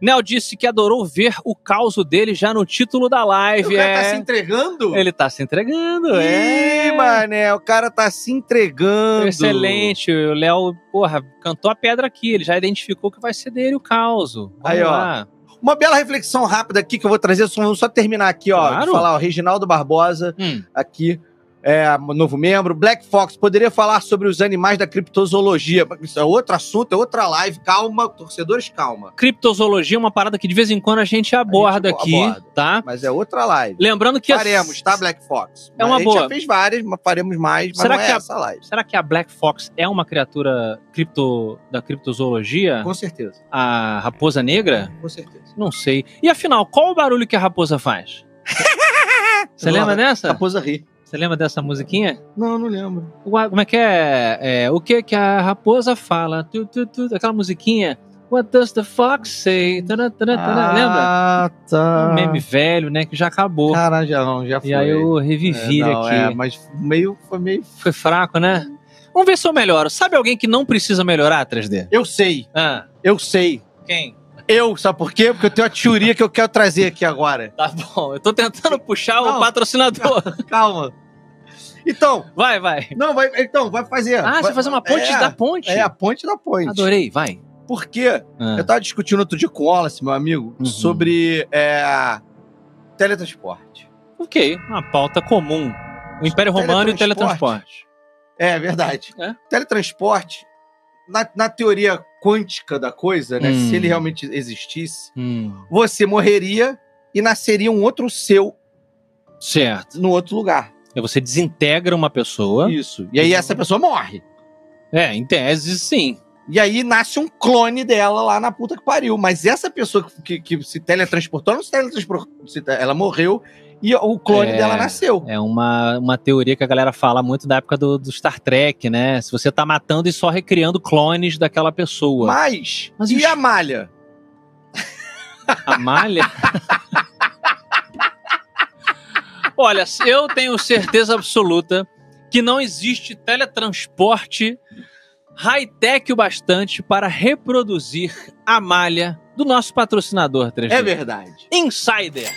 Speaker 1: Neo disse que adorou ver o caos dele já no título da
Speaker 2: O
Speaker 1: live.
Speaker 2: cara
Speaker 1: é...
Speaker 2: tá se entregando?
Speaker 1: Ele tá se entregando, é.
Speaker 2: Ih, mané, o cara tá se entregando.
Speaker 1: Excelente, o Léo, porra, cantou a pedra aqui, ele já identificou que vai ser dele o caos. Vamos
Speaker 2: Aí, ó.
Speaker 1: lá.
Speaker 2: Uma bela reflexão rápida aqui que eu vou trazer, só, vamos só terminar aqui, ó.
Speaker 1: Claro.
Speaker 2: De falar, ó, Reginaldo Barbosa,
Speaker 1: Hum,
Speaker 2: aqui, é, novo membro. Black Fox, poderia falar sobre os animais da criptozoologia. Isso é outro assunto, é outra live. Calma, torcedores, calma.
Speaker 1: criptozoologia é uma parada que de vez em quando a gente aborda
Speaker 2: gente
Speaker 1: aqui,
Speaker 2: aborda.
Speaker 1: tá?
Speaker 2: Mas é outra live.
Speaker 1: Lembrando que. a-
Speaker 2: Faremos, tá, Black Fox?
Speaker 1: É uma
Speaker 2: a gente
Speaker 1: boa.
Speaker 2: já fez várias, mas faremos mais, mas
Speaker 1: Será
Speaker 2: não é
Speaker 1: que a-
Speaker 2: essa live.
Speaker 1: Será que a Black Fox é uma criatura cripto da criptozoologia?
Speaker 2: Com certeza,
Speaker 1: A raposa negra?
Speaker 2: com certeza.
Speaker 1: Não sei. E afinal, qual o barulho que a raposa faz? Você lembra dessa?
Speaker 2: Raposa ri.
Speaker 1: Você lembra dessa musiquinha?
Speaker 2: Não, não lembro.
Speaker 1: Ua- Como é que é? É, o que que a raposa fala? Tu, tu, tu, aquela musiquinha. What does the fox say? Tana, tana, tana. Lembra?
Speaker 2: Ah, tá.
Speaker 1: Um meme velho, né? Que já acabou.
Speaker 2: Caralho, já, não, já foi.
Speaker 1: e aí eu revivi
Speaker 2: É, não,
Speaker 1: aqui.
Speaker 2: É, mas meio, foi meio...
Speaker 1: Foi fraco, né? Vamos ver se eu melhoro. Sabe alguém que não precisa melhorar 3D?
Speaker 2: Eu sei,
Speaker 1: Ah,
Speaker 2: eu sei.
Speaker 1: quem?
Speaker 2: Eu, sabe por quê? Porque eu tenho a teoria que eu quero trazer aqui agora.
Speaker 1: Tá bom, eu tô tentando puxar o
Speaker 2: Não.
Speaker 1: patrocinador.
Speaker 2: [LAUGHS] Calma. Então,
Speaker 1: Vai, vai.
Speaker 2: não, vai, então, vai fazer.
Speaker 1: Ah,
Speaker 2: vai,
Speaker 1: você vai fazer uma ponte
Speaker 2: é,
Speaker 1: da ponte?
Speaker 2: É, a ponte da ponte.
Speaker 1: Adorei, vai. Ah.
Speaker 2: Por quê? Eu tava discutindo outro dia com o Wallace, meu amigo,
Speaker 1: Uhum.
Speaker 2: sobre é, teletransporte.
Speaker 1: Ok, uma pauta comum. O Império Romano e o teletransporte.
Speaker 2: É verdade.
Speaker 1: É.
Speaker 2: Teletransporte, na, na teoria quântica da coisa, né?
Speaker 1: Hum.
Speaker 2: Se ele realmente existisse,
Speaker 1: Hum,
Speaker 2: você morreria e nasceria um outro seu
Speaker 1: certo.
Speaker 2: no outro lugar.
Speaker 1: Aí Você desintegra uma pessoa.
Speaker 2: Isso. E aí essa pessoa morre.
Speaker 1: É, em tese, sim.
Speaker 2: E aí nasce um clone dela lá na puta que pariu. Mas essa pessoa que, que se teletransportou, ela não se teletransportou. se te- Ela morreu e o clone
Speaker 1: É.
Speaker 2: dela nasceu.
Speaker 1: É uma, uma teoria que a galera fala muito da época do, do Star Trek, né? Se você tá matando e só recriando clones daquela pessoa.
Speaker 2: Mas,
Speaker 1: Mas
Speaker 2: e
Speaker 1: os-
Speaker 2: a malha?
Speaker 1: A malha? [LAUGHS] Olha, eu tenho certeza absoluta que não existe teletransporte high-tech o bastante para reproduzir a malha do nosso patrocinador 3D.
Speaker 2: É verdade.
Speaker 1: Insider.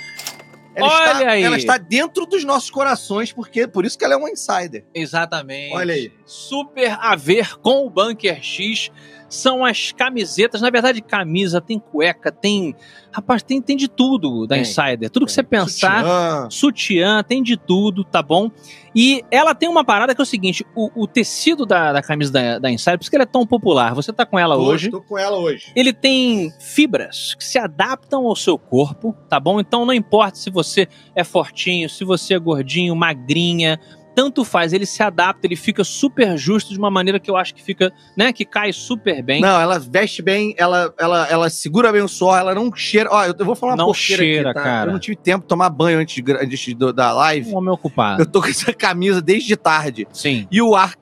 Speaker 2: Ela
Speaker 1: Olha
Speaker 2: está,
Speaker 1: aí.
Speaker 2: Ela está dentro dos nossos corações, porque por isso que ela é um insider.
Speaker 1: Exatamente.
Speaker 2: Olha aí.
Speaker 1: Super a ver com o Bunker X são as camisetas. Na verdade, camisa, tem cueca, tem. Rapaz, tem, tem de tudo da
Speaker 2: Tem,
Speaker 1: Insider. Tudo que você pensar.
Speaker 2: Sutiã.
Speaker 1: sutiã, tem de tudo, tá bom? E ela tem uma parada que é o seguinte: o, o tecido da, da camisa da, da Insider, por isso que ela é tão popular, você tá com ela
Speaker 2: Tô-
Speaker 1: hoje.
Speaker 2: Tô com ela hoje.
Speaker 1: Ele tem fibras que se adaptam ao seu corpo, tá bom? Então não importa se você é fortinho, se você é gordinho, magrinha, tanto faz, ele se adapta, ele fica super justo de uma maneira que eu acho que fica, né, que cai super bem.
Speaker 2: Não, ela veste bem, ela, ela, ela segura bem o suor, ela não cheira. Ó, eu, eu vou falar uma
Speaker 1: Não
Speaker 2: porqueira aqui,
Speaker 1: cheira,
Speaker 2: tá?
Speaker 1: cara.
Speaker 2: Eu não tive tempo de tomar banho antes, de gra- antes do- da live.
Speaker 1: Um homem ocupado.
Speaker 2: Eu tô com essa camisa desde tarde.
Speaker 1: Sim.
Speaker 2: E o ar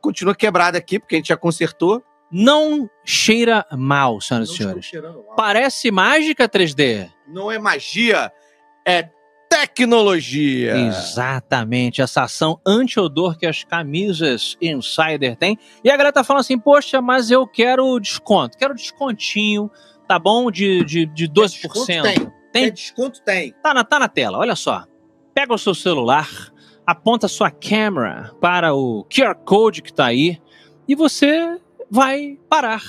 Speaker 2: continua quebrado aqui, porque a gente já consertou.
Speaker 1: Não cheira mal, senhoras e senhores. Parece mágica 3D.
Speaker 2: Não é magia, é tecnologia. É
Speaker 1: Exatamente, essa ação anti-odor que as camisas Insider têm. E a galera tá falando assim, poxa, mas eu quero desconto, quero descontinho, tá bom? De, de, de 12%.
Speaker 2: Tem.
Speaker 1: Tem?
Speaker 2: Tem desconto? Tem.
Speaker 1: Tá, na, tá na tela, olha só. Pega o seu celular, aponta sua câmera para o QR Code que tá aí e você vai parar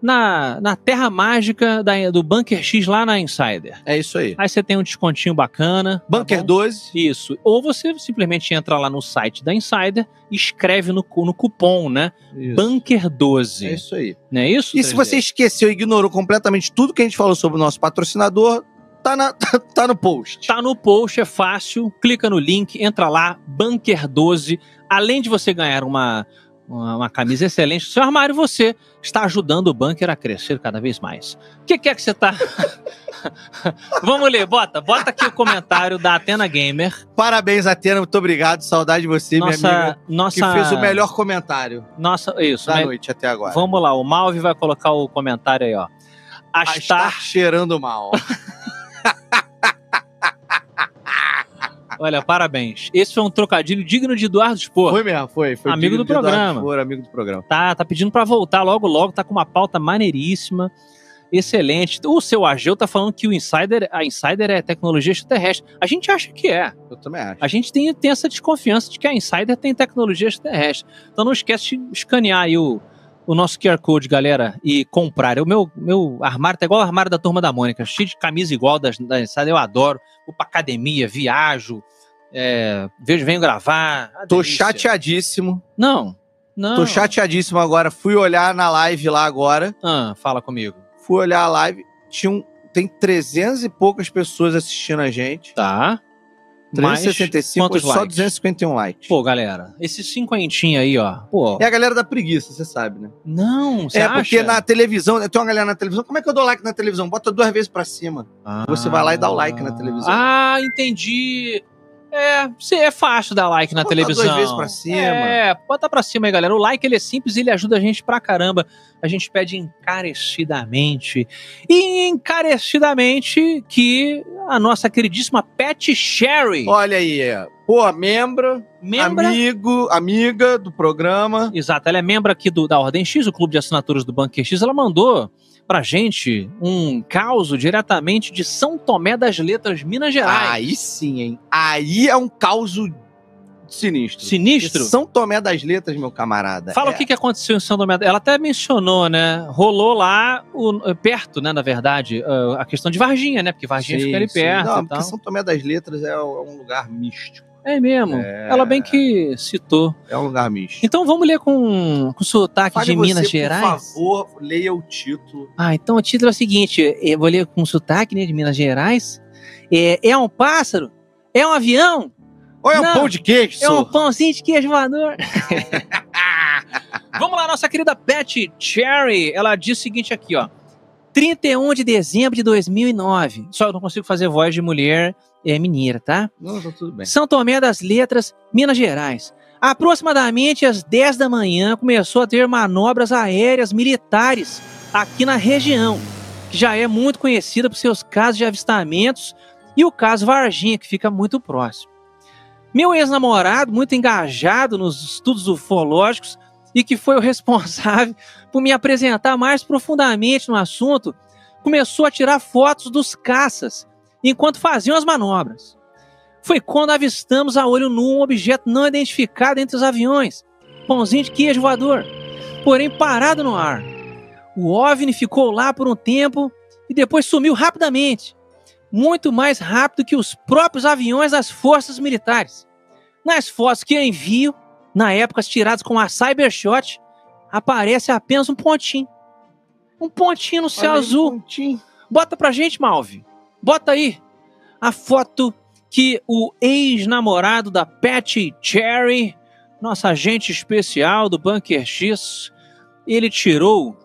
Speaker 1: na, na terra mágica da- do Bunker X lá na Insider.
Speaker 2: É isso aí.
Speaker 1: Aí você tem um descontinho bacana. tá
Speaker 2: Bunker
Speaker 1: bom?
Speaker 2: 12.
Speaker 1: Isso. Ou você simplesmente entra lá no site da Insider e escreve no, cu- no cupom, né? Bunker 12.
Speaker 2: É isso aí.
Speaker 1: Não é isso?
Speaker 2: E se
Speaker 1: 3D?
Speaker 2: você esqueceu, ignorou completamente tudo que a gente falou sobre o nosso patrocinador, tá, na- [LAUGHS] tá- tá no post.
Speaker 1: Tá no post, é fácil. Clica no link, entra lá, Bunker 12. Além de você ganhar uma Uma, uma camisa excelente. Seu armário, você está ajudando o bunker a crescer cada vez mais. O que, que é que você está. [LAUGHS] Vamos ler, bota, bota aqui o comentário da Atena Gamer.
Speaker 2: Parabéns, Atena. Muito obrigado. Saudade de você, minha
Speaker 1: Nossa.
Speaker 2: amiga. Que
Speaker 1: nossa
Speaker 2: fez o melhor comentário
Speaker 1: Nossa, isso.
Speaker 2: da
Speaker 1: né?
Speaker 2: noite até agora.
Speaker 1: Vamos lá, o Malve vai colocar o comentário aí, ó.
Speaker 2: A
Speaker 1: Astar,
Speaker 2: estar cheirando mal.
Speaker 1: olha, parabéns. Esse foi um trocadilho digno de Eduardo Spor.
Speaker 2: foi mesmo, foi. foi
Speaker 1: Amigo
Speaker 2: de-
Speaker 1: do
Speaker 2: de Eduardo
Speaker 1: programa.
Speaker 2: Foro, amigo do programa.
Speaker 1: Tá, tá pedindo pra voltar logo, logo. Tá com uma pauta maneiríssima. Excelente. O seu Ageu tá falando que o Insider, a Insider é tecnologia extraterrestre. A gente acha que é.
Speaker 2: Eu também acho.
Speaker 1: A gente tem, tem essa desconfiança de que a Insider tem tecnologia extraterrestre. Então não esquece de escanear aí o, o nosso QR Code, galera, e comprar. O meu, meu armário tá igual o armário da Turma da Mônica, cheio de camisa igual das, da Insider, eu adoro. Vou pra academia, viajo, é, vejo, venho gravar. Uma
Speaker 2: Tô
Speaker 1: delícia.
Speaker 2: chateadíssimo.
Speaker 1: Não, não.
Speaker 2: Tô chateadíssimo agora. Fui olhar na live lá agora.
Speaker 1: Ah, fala comigo.
Speaker 2: Fui olhar a live. Tinha um- tem 300 e poucas pessoas assistindo a gente.
Speaker 1: Tá. Mas
Speaker 2: 365,
Speaker 1: quantos
Speaker 2: só
Speaker 1: likes?
Speaker 2: 251 likes.
Speaker 1: Pô, galera, esse cinquentinho aí, ó. Pô,
Speaker 2: É a galera da preguiça, você sabe, né?
Speaker 1: não, você
Speaker 2: é,
Speaker 1: acha?
Speaker 2: porque na televisão, tem uma galera na televisão. Como é que eu dou like na televisão? Bota duas vezes pra cima. Você vai lá e dá o like na televisão.
Speaker 1: Ah, entendi. É, cê- é fácil dar like na
Speaker 2: Bota
Speaker 1: televisão.
Speaker 2: duas vezes pra cima.
Speaker 1: É, bota pra cima aí, galera. O like ele é simples e ele ajuda a gente pra caramba. A gente pede encarecidamente. E encarecidamente que a nossa queridíssima Pat Sherry,
Speaker 2: Olha aí, é. Pô, membro,
Speaker 1: membra.
Speaker 2: amigo, amiga do programa.
Speaker 1: Exato, ela é membro aqui do, da Ordem X, o clube de assinaturas do Banco X. Ela mandou pra gente um caos diretamente de São Tomé das Letras, Minas Gerais.
Speaker 2: Aí sim, hein? Aí é um caos sinistro.
Speaker 1: Sinistro?
Speaker 2: São Tomé das Letras, meu camarada.
Speaker 1: Fala
Speaker 2: É.
Speaker 1: o que, que aconteceu em São Domingos. Ela até mencionou, né? Rolou lá, o- perto, né, na verdade, uh, a questão de Varginha, né? Porque Varginha
Speaker 2: Sim,
Speaker 1: fica ali
Speaker 2: sim.
Speaker 1: perto então.
Speaker 2: Não, é
Speaker 1: e
Speaker 2: porque
Speaker 1: tal.
Speaker 2: São Tomé das Letras é um lugar místico.
Speaker 1: É mesmo.
Speaker 2: É.
Speaker 1: Ela bem que citou.
Speaker 2: É um lugar místico.
Speaker 1: Então vamos ler com, com sotaque
Speaker 2: Fale
Speaker 1: de
Speaker 2: você,
Speaker 1: Minas Gerais?
Speaker 2: Por favor, leia o título.
Speaker 1: Ah, então o título é o seguinte, eu vou ler com sotaque né, de Minas Gerais. É, é um pássaro? É um avião?
Speaker 2: Ou é um
Speaker 1: Não,
Speaker 2: pão de queijo,
Speaker 1: É um
Speaker 2: senhor?
Speaker 1: pãozinho de queijo voador. [LAUGHS] Vamos lá, nossa querida Pat Cherry. Ela diz o seguinte aqui, ó. 31 de dezembro de 2009. Só eu não consigo fazer voz de mulher é, mineira, tá?
Speaker 2: Não, tá tudo bem.
Speaker 1: São Tomé das Letras, Minas Gerais. Aproximadamente às 10 da manhã começou a ter manobras aéreas militares aqui na região, que já é muito conhecida por seus casos de avistamentos e o caso Varginha, que fica muito próximo. Meu ex-namorado, muito engajado nos estudos ufológicos e que foi o [LAUGHS] responsável por me apresentar mais profundamente no assunto, começou a tirar fotos dos caças enquanto faziam as manobras foi quando avistamos a olho nu um objeto não identificado entre os aviões, pãozinho de queijo voador, porém parado no ar. O OVNI ficou lá por um tempo e depois sumiu rapidamente, muito mais rápido que os próprios aviões das forças militares. Nas fotos que eu envio, na época tiradas com a Cybershot, aparece apenas um pontinho. Um pontinho no céu
Speaker 2: Olha aí,
Speaker 1: azul.
Speaker 2: pontinho.
Speaker 1: Bota pra gente, Malve. Bota aí a foto que o ex-namorado da Patty Cherry, nossa agente especial do Bunker X, ele tirou.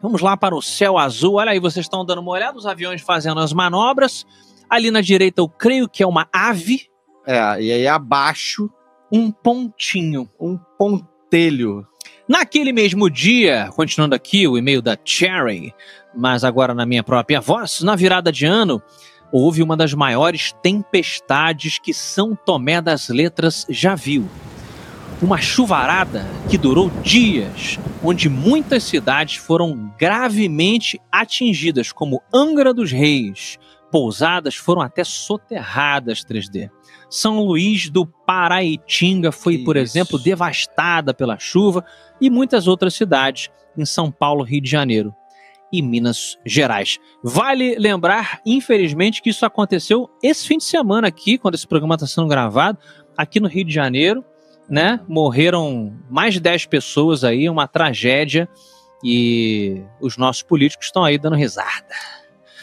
Speaker 1: Vamos lá para o céu azul. Olha aí, vocês estão dando uma olhada, os aviões fazendo as manobras. Ali na direita, eu creio que é uma ave,
Speaker 2: É, e aí abaixo,
Speaker 1: um pontinho.
Speaker 2: um pontelho.
Speaker 1: Naquele mesmo dia, continuando aqui o e-mail da Cherry, mas agora na minha própria voz, na virada de ano, houve uma das maiores tempestades que São Tomé das Letras já viu. Uma chuvarada que durou dias, onde muitas cidades foram gravemente atingidas, como Angra dos Reis. Pousadas foram até soterradas 3D. São Luís do Paraitinga foi, por
Speaker 2: Isso.
Speaker 1: exemplo, devastada pela chuva e muitas outras cidades em São Paulo, Rio de Janeiro e Minas Gerais. Vale lembrar, infelizmente, que isso aconteceu esse fim de semana aqui, quando esse programa está sendo gravado, aqui no Rio de Janeiro, né? Morreram mais de 10 pessoas aí, uma tragédia. E os nossos políticos estão aí dando risada.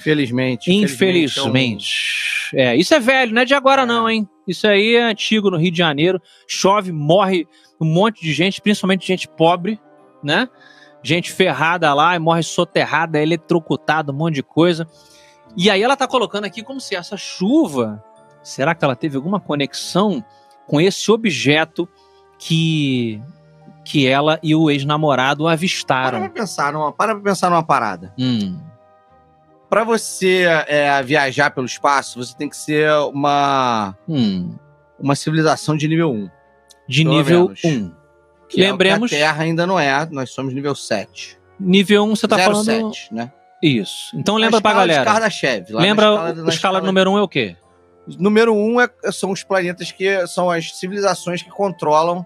Speaker 2: Felizmente. é um
Speaker 1: Infelizmente. É, isso é velho, não é de agora,
Speaker 2: É.
Speaker 1: não, hein? Isso aí é antigo no Rio de Janeiro. Chove, morre um monte de gente, principalmente gente pobre, né? Gente ferrada lá e morre soterrada, eletrocutada, um monte de coisa. E aí ela tá colocando aqui como se essa chuva, será que ela teve alguma conexão com esse objeto que que ela e o ex-namorado
Speaker 2: Para [LAUGHS]
Speaker 1: avistaram?
Speaker 2: pra pensar numa, para pra pensar numa parada.
Speaker 1: Hum.
Speaker 2: Pra você é, viajar pelo espaço, você tem que ser uma,
Speaker 1: Hum.
Speaker 2: uma civilização de nível 1.
Speaker 1: De
Speaker 2: Pelo
Speaker 1: nível
Speaker 2: menos.
Speaker 1: 1.
Speaker 2: Que é o
Speaker 1: Lembremos-
Speaker 2: que a Terra ainda não é, nós somos nível 7.
Speaker 1: Nível 1 você tá falando
Speaker 2: 07, né?
Speaker 1: isso. Então
Speaker 2: Na
Speaker 1: lembra pra
Speaker 2: escala de
Speaker 1: galera.
Speaker 2: Kardashev, lá na
Speaker 1: Lembra
Speaker 2: escala-
Speaker 1: o-
Speaker 2: na
Speaker 1: o escala número 1 um é o quê?
Speaker 2: Número um é, são os planetas que são as civilizações que controlam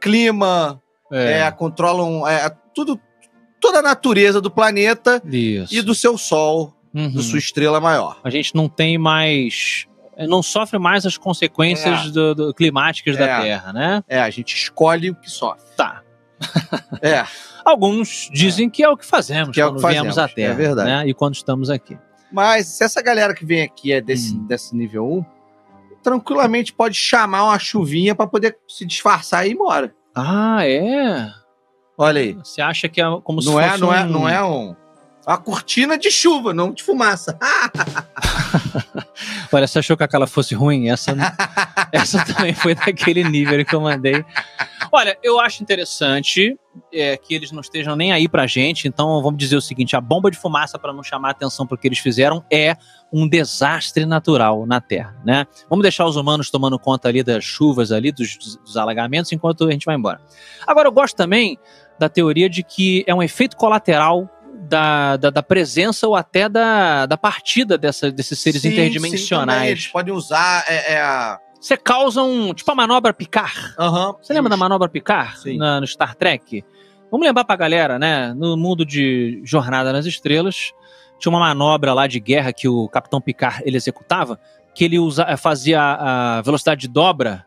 Speaker 2: clima, é, controlam é, tudo, toda a natureza do planeta
Speaker 1: Isso.
Speaker 2: e do seu Sol,
Speaker 1: Uhum.
Speaker 2: da sua estrela maior.
Speaker 1: A gente não tem mais. é, Não sofre mais as consequências
Speaker 2: É.
Speaker 1: do- do- climáticas da
Speaker 2: É.
Speaker 1: Terra, né?
Speaker 2: É, a gente escolhe o que sofre.
Speaker 1: Tá.
Speaker 2: É,
Speaker 1: Alguns dizem que é o que fazemos
Speaker 2: Que é o
Speaker 1: quando
Speaker 2: que
Speaker 1: viemos à
Speaker 2: fazemos,
Speaker 1: Terra.
Speaker 2: é verdade.
Speaker 1: né? E quando estamos aqui.
Speaker 2: mas se essa galera que vem aqui é desse,
Speaker 1: Hum.
Speaker 2: desse nível 1, tranquilamente pode chamar uma chuvinha pra poder se disfarçar e ir embora.
Speaker 1: Ah, é?
Speaker 2: Olha aí.
Speaker 1: Você acha que é como se
Speaker 2: não
Speaker 1: fosse.
Speaker 2: é, não é,
Speaker 1: um-
Speaker 2: não é um a cortina de chuva, não de fumaça.
Speaker 1: Olha, você achou que aquela fosse ruim? Essa, [LAUGHS] essa também foi daquele nível que eu mandei. Olha, eu acho interessante é, que eles não estejam nem aí pra gente, então vamos dizer o seguinte: a bomba de fumaça, para não chamar a atenção pro que eles fizeram, é um desastre natural na Terra, né? Vamos deixar os humanos tomando conta ali das chuvas, ali dos, dos alagamentos, enquanto a gente vai embora. Agora, eu gosto também da teoria de que é um efeito colateral. Da, da, da presença ou até da, da partida dessa, desses seres
Speaker 2: Sim, sim, também,
Speaker 1: interdimensionais.
Speaker 2: eles podem usar é, é a-
Speaker 1: Você causa um. Tipo a manobra Picar.
Speaker 2: Aham.
Speaker 1: Você lembra da manobra Picar?
Speaker 2: Sim.
Speaker 1: Na- no Star Trek? Vamos lembrar pra galera, né? No mundo de Jornada nas Estrelas, tinha uma manobra lá de guerra que o Capitão Picard ele executava, que ele usa, eh, fazia a a velocidade de dobra.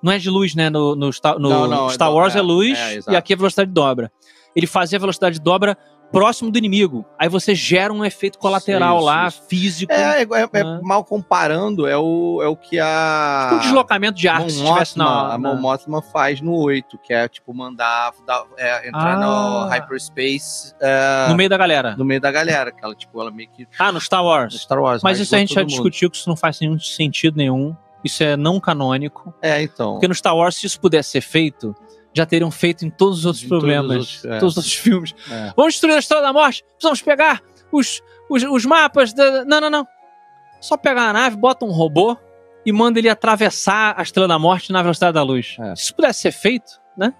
Speaker 1: Não é de luz, né? No, no Star, no
Speaker 2: Não, não, é
Speaker 1: Star
Speaker 2: do-
Speaker 1: Wars é,
Speaker 2: é,
Speaker 1: luz
Speaker 2: é,
Speaker 1: e
Speaker 2: exato.
Speaker 1: aqui é velocidade de dobra. Ele fazia a velocidade de dobra próximo do inimigo. Aí você gera um efeito colateral
Speaker 2: Isso,
Speaker 1: lá,
Speaker 2: isso.
Speaker 1: físico.
Speaker 2: É, é, é- é
Speaker 1: né?
Speaker 2: mal comparando, é o, é o que a.
Speaker 1: tipo um deslocamento de ar que se
Speaker 2: ah, Mon
Speaker 1: tivesse
Speaker 2: Mothma-
Speaker 1: na, né?
Speaker 2: a
Speaker 1: na-
Speaker 2: Mon Mothma faz no 8, que é tipo mandar dar- é, entrar
Speaker 1: Ah.
Speaker 2: no hyperspace é,
Speaker 1: no
Speaker 2: no,
Speaker 1: meio da galera.
Speaker 2: meio da galera, que ela, tipo, ela meio que.
Speaker 1: Ah, no Star Wars.
Speaker 2: Star Wars.
Speaker 1: Mas isso a
Speaker 2: igual
Speaker 1: gente já
Speaker 2: todo mundo.
Speaker 1: discutiu que isso não faz nenhum sentido nenhum. Isso é não canônico.
Speaker 2: É, então.
Speaker 1: Porque no Star Wars, se isso pudesse ser feito, já teriam feito em todos os outros
Speaker 2: Em todos os
Speaker 1: problemas. Todos os
Speaker 2: outros,
Speaker 1: outros,
Speaker 2: é.
Speaker 1: filmes.
Speaker 2: É.
Speaker 1: Vamos destruir a Estrela da Morte? Precisamos pegar os, os, os mapas. Da... Não, não, não. Só pegar a nave, bota um robô e manda ele atravessar a Estrela da Morte na velocidade da luz.
Speaker 2: É.
Speaker 1: Se isso pudesse ser feito, né?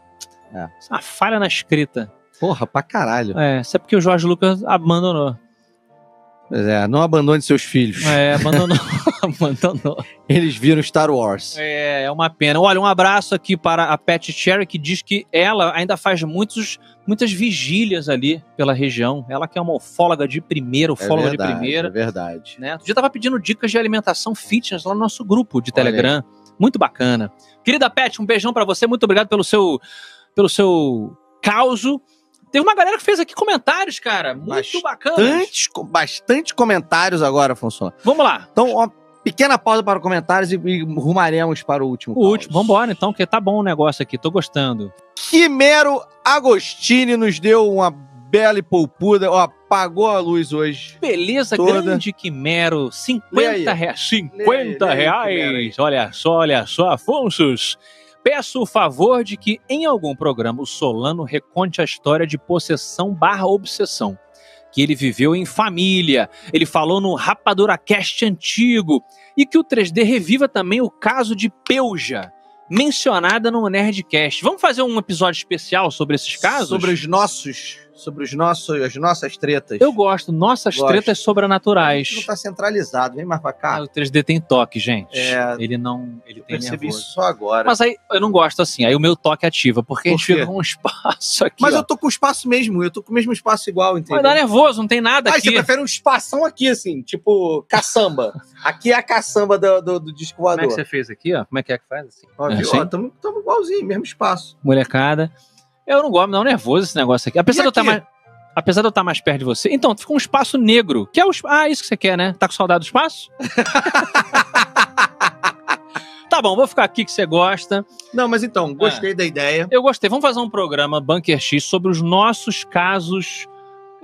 Speaker 2: É.
Speaker 1: Isso é uma falha na escrita.
Speaker 2: Porra, pra caralho.
Speaker 1: É, isso é porque o Jorge Lucas abandonou.
Speaker 2: Mas é, não abandone seus filhos.
Speaker 1: É,
Speaker 2: [LAUGHS]
Speaker 1: abandonou. abandonou.
Speaker 2: Eles viram Star Wars.
Speaker 1: É, é uma pena. Olha, um abraço aqui para a Pat Cherry, que diz que ela ainda faz muitos, muitas vigílias ali pela região. Ela que é uma ufóloga de primeira,
Speaker 2: É
Speaker 1: ufóloga
Speaker 2: verdade,
Speaker 1: de primeira.
Speaker 2: É verdade.
Speaker 1: Né? Outro dia eu tava pedindo dicas de alimentação fitness lá no nosso grupo de
Speaker 2: Olha
Speaker 1: Telegram. Muito bacana. Querida Pet, um beijão pra você. Muito obrigado pelo seu, pelo seu causo. Teve uma galera que fez aqui comentários, cara. Muito
Speaker 2: Bastante.
Speaker 1: bacana.
Speaker 2: Tantos, co- bastante comentários agora, Afonso.
Speaker 1: Vamos lá.
Speaker 2: Então, uma pequena pausa para comentários e, e rumaremos para o último.
Speaker 1: O último. Vambora, então, que tá bom o negócio aqui. Tô gostando.
Speaker 2: Quimero Agostini nos deu uma bela e poupuda. Ó, apagou a luz hoje.
Speaker 1: Beleza
Speaker 2: Toda.
Speaker 1: grande que mero, 50
Speaker 2: Lê aí.
Speaker 1: reais. 50
Speaker 2: Lê aí, lê aí, Quimero, aí.
Speaker 1: reais. Olha só, olha só, Afonsos. Peço o favor de que em algum programa o Solano reconte a história de possessão barra obsessão. Que ele viveu em família, ele falou no Rapadura Cast antigo e que o 3D reviva também o caso de Peuja, mencionada no Nerdcast. Vamos fazer um episódio especial sobre esses casos?
Speaker 2: Sobre os nossos. Sobre os nossos, as nossas tretas.
Speaker 1: Eu gosto, nossas
Speaker 2: Gosto.
Speaker 1: tretas sobrenaturais.
Speaker 2: Não tá centralizado, vem mais pra
Speaker 1: Ah,
Speaker 2: cá.
Speaker 1: o 3D tem toque, gente.
Speaker 2: É.
Speaker 1: ele não. Ele tem
Speaker 2: Percebi
Speaker 1: nervoso.
Speaker 2: isso só agora. Mas,
Speaker 1: Mas aí eu não gosto assim, aí o meu toque ativa, porque a
Speaker 2: Por
Speaker 1: gente
Speaker 2: quê?
Speaker 1: fica com um [LAUGHS] espaço aqui. ó.
Speaker 2: eu tô com o espaço mesmo, eu tô com o mesmo espaço igual,
Speaker 1: Mas
Speaker 2: entendeu?
Speaker 1: dá nervoso, não tem nada
Speaker 2: Ah, você
Speaker 1: aqui. é
Speaker 2: prefere um espação aqui, assim, tipo caçamba. Aqui é a caçamba do, do, do disco
Speaker 1: Como é que
Speaker 2: voador.
Speaker 1: você fez aqui, ó? Como é que é que faz assim?
Speaker 2: Ó,
Speaker 1: É
Speaker 2: viu?
Speaker 1: assim?
Speaker 2: Ó, tamo, tamo igualzinho, mesmo espaço.
Speaker 1: Molecada. Eu não gosto, me dá um nervoso esse negócio aqui. Apesar
Speaker 2: E
Speaker 1: de eu estar
Speaker 2: aqui?
Speaker 1: mais. Apesar de eu estar mais perto de você. Então, fica um espaço negro. Que é
Speaker 2: [LAUGHS]
Speaker 1: o esp- Ah, isso que você quer, né? Tá com saudade do espaço? tá Tá bom, vou ficar aqui que você gosta.
Speaker 2: Não, mas
Speaker 1: É.
Speaker 2: então, gostei da ideia.
Speaker 1: Eu gostei. Vamos fazer um programa Bunker X sobre os nossos casos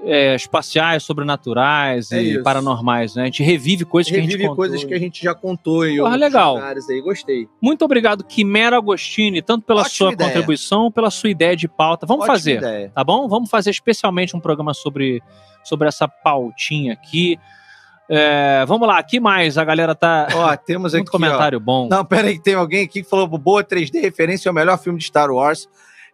Speaker 1: é, espaciais, sobrenaturais
Speaker 2: É
Speaker 1: e
Speaker 2: isso.
Speaker 1: paranormais, né? A gente revive coisas que a gente
Speaker 2: Revive
Speaker 1: contou.
Speaker 2: coisas que a gente já contou em
Speaker 1: Porra,
Speaker 2: outros
Speaker 1: legal.
Speaker 2: lugares aí. Gostei.
Speaker 1: Muito obrigado, Quimera Agostini, tanto pela
Speaker 2: Ótima
Speaker 1: sua
Speaker 2: ideia.
Speaker 1: contribuição, pela sua ideia de pauta. Vamos
Speaker 2: Ótima
Speaker 1: fazer.
Speaker 2: ideia.
Speaker 1: tá bom? Vamos fazer especialmente um programa sobre, sobre essa pautinha aqui. É, vamos lá, aqui mais, a galera tá.
Speaker 2: Ó, temos aqui.
Speaker 1: Muito comentário bom.
Speaker 2: Ó. Não, peraí, tem alguém aqui que falou boa 3D referência ao melhor filme de Star Wars.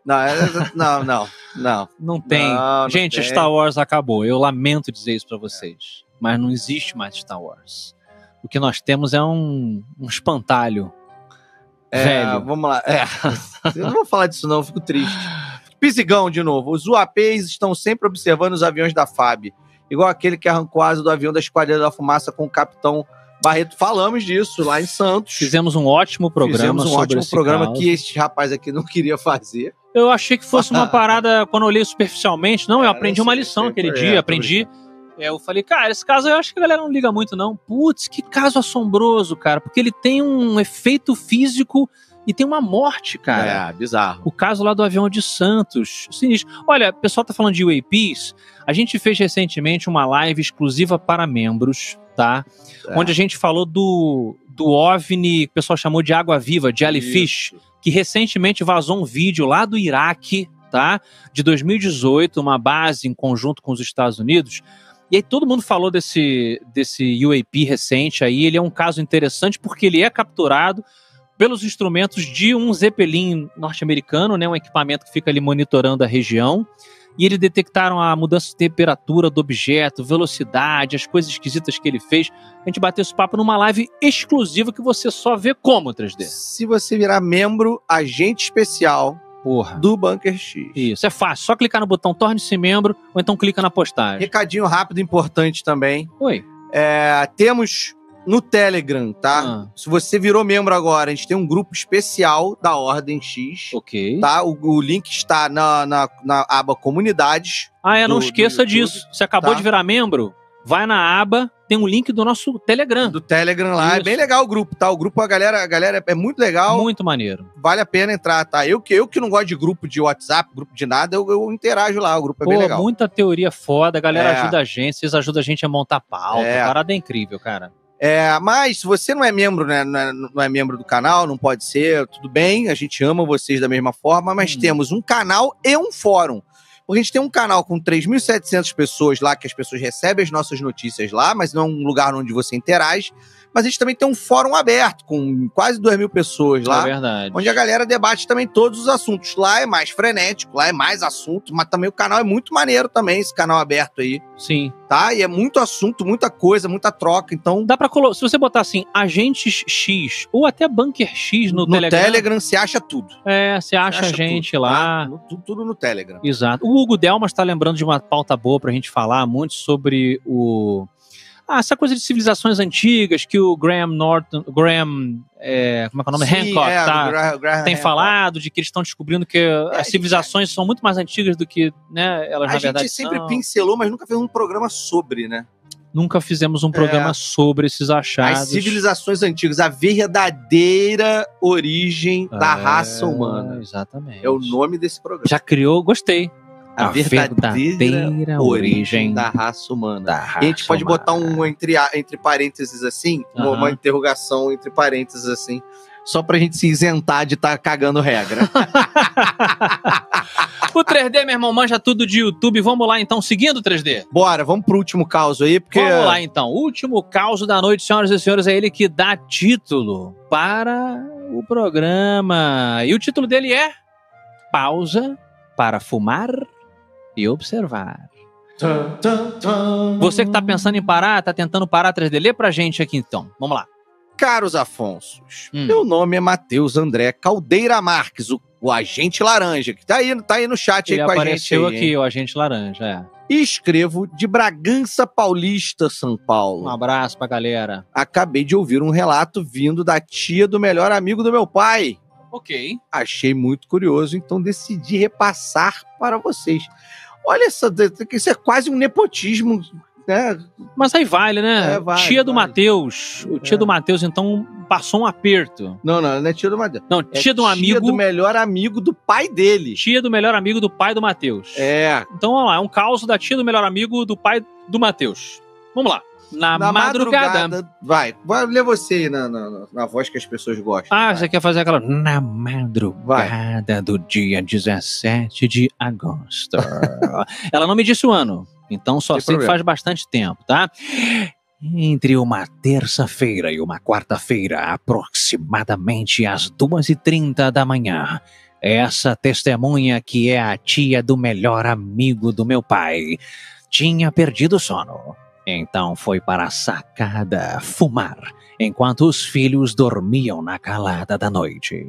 Speaker 2: Não, essa- não, não, não.
Speaker 1: Não tem.
Speaker 2: Não, não
Speaker 1: Gente,
Speaker 2: tem. É.
Speaker 1: Star Wars acabou. Eu lamento dizer isso pra vocês. Mas não existe mais Star Wars. O que nós temos é um, um espantalho.
Speaker 2: É,
Speaker 1: Velho.
Speaker 2: Vamos lá. É. [LAUGHS] Eu não vou falar disso, não, eu fico triste. Pisigão, de novo. Os UAPs estão sempre observando os aviões da FAB. Igual aquele que arrancou a asa do avião da Esquadrilha da Fumaça com o capitão Barreto. Falamos disso lá em Santos.
Speaker 1: Fizemos um ótimo programa
Speaker 2: Fizemos um
Speaker 1: sobre
Speaker 2: ótimo
Speaker 1: esse
Speaker 2: programa
Speaker 1: caos.
Speaker 2: que este rapaz aqui não [LAUGHS] queria fazer.
Speaker 1: Eu achei que fosse
Speaker 2: [LAUGHS]
Speaker 1: uma parada, quando eu li superficialmente, não, eu
Speaker 2: Cara,
Speaker 1: aprendi uma
Speaker 2: esse-
Speaker 1: lição
Speaker 2: esse-
Speaker 1: aquele
Speaker 2: é,
Speaker 1: dia,
Speaker 2: tô
Speaker 1: aprendi. É, eu falei, cara, esse caso eu acho que a galera não liga muito, não. Putz, que caso assombroso, cara, porque ele tem um efeito físico e tem uma morte, cara.
Speaker 2: é, bizarro.
Speaker 1: O caso lá do avião de Santos. Sinistro. Olha, o pessoal tá falando de UAPs. A gente fez recentemente uma live exclusiva para membros, tá?
Speaker 2: É.
Speaker 1: Onde a gente falou do, do OVNI, que o pessoal chamou de água-viva, jellyfish, que recentemente vazou um vídeo lá do Iraque, tá? De 2018, uma base em conjunto com os Estados Unidos. E aí todo mundo falou desse, desse UAP recente aí. Ele é um caso interessante porque ele é capturado pelos instrumentos de um Zeppelin norte-americano, né, um equipamento que fica ali monitorando a região. E eles detectaram a mudança de temperatura do objeto, velocidade, as coisas esquisitas que ele fez. A gente bateu esse papo numa live exclusiva que você só vê como 3D.
Speaker 2: Se você virar membro, agente especial
Speaker 1: Porra.
Speaker 2: do Bunker X.
Speaker 1: Isso, é fácil. Só clicar no botão torne-se membro ou então clica na postagem.
Speaker 2: Recadinho rápido, importante também.
Speaker 1: Oi.
Speaker 2: É, temos no Telegram, tá?
Speaker 1: Ah,
Speaker 2: Se você virou membro agora, a gente tem um grupo especial da Ordem X.
Speaker 1: ok.
Speaker 2: Tá? O, o link está na, na, na aba comunidades.
Speaker 1: Ah, é, não
Speaker 2: Do- do
Speaker 1: esqueça
Speaker 2: YouTube,
Speaker 1: disso. Você acabou
Speaker 2: tá?
Speaker 1: de virar membro? Vai na aba, tem um link do nosso Telegram.
Speaker 2: Do Telegram lá. É
Speaker 1: Ah. Isso.
Speaker 2: bem legal o grupo, tá? O grupo, a galera, a galera é muito legal.
Speaker 1: Muito maneiro.
Speaker 2: Vale a pena entrar, tá? Eu que, eu que não gosto de grupo de WhatsApp, grupo de nada, eu, eu interajo lá. O grupo é
Speaker 1: Pô,
Speaker 2: bem legal.
Speaker 1: muita teoria foda, a galera
Speaker 2: É.
Speaker 1: ajuda a gente, vocês ajudam a gente a montar pauta.
Speaker 2: É.
Speaker 1: A parada é incrível, cara.
Speaker 2: É, mas se você não é membro, né, não é, não é membro do canal, não pode ser, tudo bem, a gente ama vocês da mesma forma, mas
Speaker 1: Hum.
Speaker 2: temos um canal e um fórum. Porque a gente tem um canal com 3.700 pessoas lá, que as pessoas recebem as nossas notícias lá, mas não é um lugar onde você interage. Mas a gente também tem um fórum aberto, com quase 2 mil pessoas lá
Speaker 1: É verdade.
Speaker 2: onde a galera debate também todos os assuntos. Lá é mais frenético, lá é mais assunto, mas também o canal é muito maneiro também, esse canal aberto aí,
Speaker 1: Sim.
Speaker 2: tá? E é muito assunto, muita coisa, muita troca, então
Speaker 1: Dá pra colocar. Se você botar assim, agentes X ou até Bunker X no,
Speaker 2: no, Telegram. se acha tudo.
Speaker 1: É, você acha,
Speaker 2: Se
Speaker 1: a gente
Speaker 2: tudo,
Speaker 1: lá.
Speaker 2: tá? No- tu- tudo no Telegram.
Speaker 1: Exato. O Hugo Delmas está lembrando de uma pauta boa para a gente falar muito sobre o. Ah, essa coisa de civilizações antigas que o Graham Norton. Graham. é, como é que é o nome?
Speaker 2: Sim,
Speaker 1: Hancock,
Speaker 2: é,
Speaker 1: tá?
Speaker 2: o Gra- Graham
Speaker 1: Tem
Speaker 2: Hancock.
Speaker 1: falado de que eles estão descobrindo que as
Speaker 2: gente-
Speaker 1: civilizações são muito mais antigas do que né, elas,
Speaker 2: A
Speaker 1: na
Speaker 2: gente
Speaker 1: verdade,
Speaker 2: sempre
Speaker 1: são.
Speaker 2: pincelou, mas nunca fez um programa sobre, né?
Speaker 1: Nunca fizemos um programa sobre esses achados.
Speaker 2: É. As civilizações antigas, a verdadeira origem da
Speaker 1: É,
Speaker 2: raça humana.
Speaker 1: Exatamente.
Speaker 2: É o nome desse programa.
Speaker 1: Já criou, gostei.
Speaker 2: a, verdadeira, origem da raça humana.
Speaker 1: da
Speaker 2: E a gente
Speaker 1: raça
Speaker 2: pode
Speaker 1: humana.
Speaker 2: botar um entre, a- entre parênteses assim, uma-
Speaker 1: Aham.
Speaker 2: uma interrogação entre parênteses assim, só pra gente se isentar de estar cagando regra. né?
Speaker 1: O 3D, meu irmão, manja tudo de YouTube. Vamos lá então, seguindo o 3D.
Speaker 2: Bora, vamos pro último caos aí, porque
Speaker 1: Vamos lá então. Último caos da noite, senhoras e senhores, é ele que dá título para o programa. E o título dele é Pausa para fumar e observar.
Speaker 3: Tum, tum, tum.
Speaker 1: Você que tá pensando em parar, tá tentando parar 3D, lê pra gente aqui então. Vamos lá.
Speaker 2: Caros Afonsos,
Speaker 1: Hum.
Speaker 2: meu nome é Matheus André Caldeira Marques, o, o agente laranja, que tá aí, tá aí no chat
Speaker 1: Ele
Speaker 2: aí com a gente.
Speaker 1: apareceu
Speaker 2: aí,
Speaker 1: aqui,
Speaker 2: hein?
Speaker 1: o agente laranja. é.
Speaker 2: E escrevo de Bragança Paulista, São Paulo.
Speaker 1: Um abraço pra galera.
Speaker 2: Acabei de ouvir um relato vindo da tia do melhor amigo do meu pai.
Speaker 1: Ok.
Speaker 2: Achei muito curioso, então decidi repassar para vocês. Olha essa, isso é quase um nepotismo, né?
Speaker 1: Mas aí vale, né?
Speaker 2: É, vale,
Speaker 1: tia do
Speaker 2: vale.
Speaker 1: Matheus. O tia
Speaker 2: É.
Speaker 1: do Matheus, então, passou um aperto.
Speaker 2: Não, não, não é tia do Matheus.
Speaker 1: Não,
Speaker 2: É
Speaker 1: tia de um amigo,
Speaker 2: do melhor amigo do pai dele.
Speaker 1: tia do melhor amigo do pai do Matheus.
Speaker 2: É.
Speaker 1: Então vamos lá, é um caos da tia do melhor amigo do pai do Matheus. Vamos lá. Na,
Speaker 2: Na
Speaker 1: madrugada.
Speaker 2: madrugada. Vai, vai ler você aí na, na, na- na voz que as pessoas gostam.
Speaker 1: Ah,
Speaker 2: vai.
Speaker 1: você quer fazer aquela. Na madrugada do dia 17 de agosto. Ela não me disse o ano, então só
Speaker 2: Sem
Speaker 1: sei que
Speaker 2: problema.
Speaker 1: faz bastante tempo, tá? Entre uma terça-feira e uma quarta-feira, aproximadamente às 2h30 da manhã, essa testemunha, que é a tia do melhor amigo do meu pai, tinha perdido o sono. Então foi para a sacada fumar enquanto os filhos dormiam na calada da noite.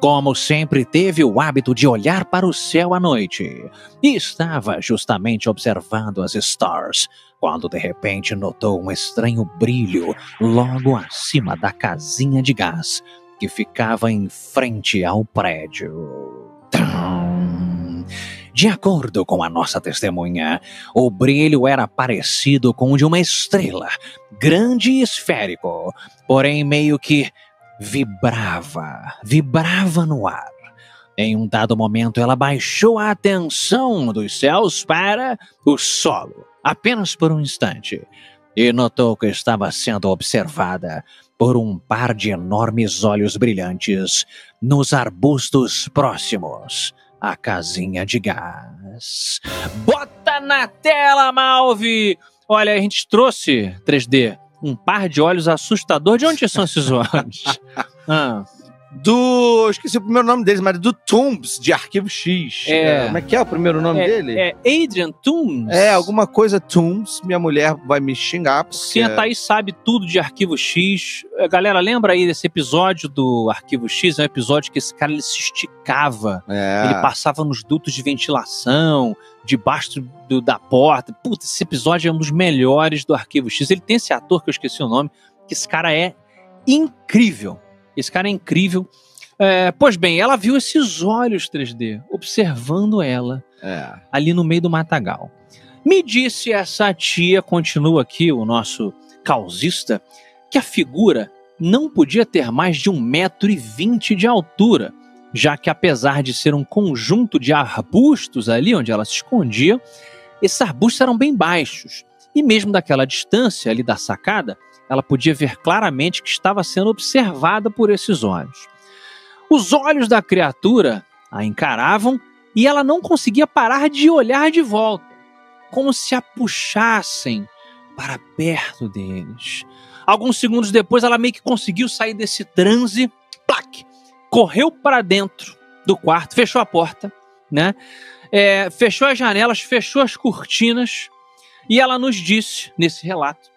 Speaker 1: Como sempre teve o hábito de olhar para o céu à noite, e estava justamente observando as stars, quando de repente notou um estranho brilho logo acima da casinha de gás que ficava em frente ao prédio. Tum. De acordo com a nossa testemunha, o brilho era parecido com o de uma estrela, grande e esférico, porém meio que vibrava, vibrava no ar. Em um dado momento, ela baixou a atenção dos céus para o solo, apenas por um instante, e notou que estava sendo observada por um par de enormes olhos brilhantes nos arbustos próximos à casinha de gás. Bota na tela, Malve! Olha, a gente trouxe 3D um par de olhos assustador. De onde são esses
Speaker 2: [LAUGHS]
Speaker 1: olhos? Ah.
Speaker 2: Do. Esqueci o primeiro nome deles, mas do Tombs, de Arquivo X.
Speaker 1: É.
Speaker 2: Como é que é o primeiro nome dele?
Speaker 1: É Adrian Toomes?
Speaker 2: É, alguma coisa Tombs. Minha mulher vai me xingar. Porque...
Speaker 1: Sim, a é Thaís sabe tudo de Arquivo X. Eh, Galera, lembra aí desse episódio do Arquivo X? É um episódio que esse cara ele se esticava.
Speaker 2: É.
Speaker 1: Ele passava nos dutos de ventilação, debaixo do- da porta. Puta, esse episódio é um dos melhores do Arquivo X. Ele tem esse ator que eu esqueci o nome, que esse cara é incrível. Esse cara é incrível. Eh, pois bem, ela viu esses olhos 3D observando ela
Speaker 2: É.
Speaker 1: ali no meio do matagal. Me disse essa tia, continua aqui o nosso causista, que a figura não podia ter mais de 1,20m de altura, já que apesar de ser um conjunto de arbustos ali onde ela se escondia, esses arbustos eram bem baixos. E mesmo daquela distância ali da sacada, ela podia ver claramente que estava sendo observada por esses olhos. Os olhos da criatura a encaravam e ela não conseguia parar de olhar de volta, como se a puxassem para perto deles. Alguns segundos depois, ela meio que conseguiu sair desse transe, plac, correu para dentro do quarto, fechou a porta, né? É, fechou as janelas, fechou as cortinas, e ela nos disse nesse relato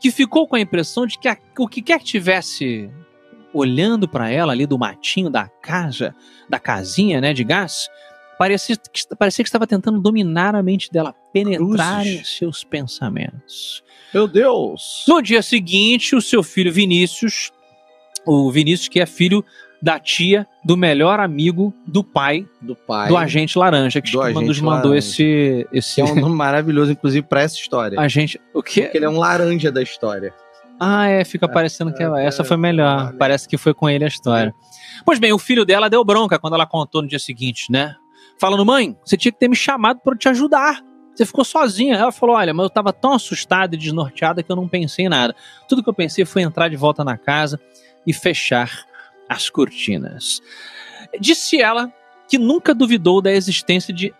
Speaker 1: que ficou com a impressão de que a- o que quer que tivesse olhando para ela ali do matinho da casa, da casinha, né, de gás, Parecia que, parecia que estava tentando dominar a mente dela, penetrar
Speaker 2: Cruzes.
Speaker 1: em seus pensamentos.
Speaker 2: Meu Deus.
Speaker 1: No dia seguinte, o seu filho Vinícius, o Vinícius que é filho da tia do melhor amigo do pai
Speaker 2: Do pai.
Speaker 1: do agente laranja, que
Speaker 2: Do
Speaker 1: nos
Speaker 2: agente
Speaker 1: mandou
Speaker 2: laranja.
Speaker 1: esse, esse
Speaker 2: Que é um nome maravilhoso, inclusive, pra essa
Speaker 1: [LAUGHS]
Speaker 2: história.
Speaker 1: agente. O quê?
Speaker 2: Porque ele é um laranja da história.
Speaker 1: Ah, é, fica parecendo que ela- essa foi melhor.
Speaker 2: é.
Speaker 1: Parece que foi com ele a história. Pois bem, o filho dela deu bronca quando ela contou no dia seguinte, né? Falando, mãe, você tinha que ter me chamado para te ajudar. Você ficou sozinha. Ela falou: olha, mas eu tava tão assustada e desnorteada que eu não pensei em nada. Tudo que eu pensei foi entrar de volta na casa e fechar as cortinas. Disse ela que nunca duvidou da existência de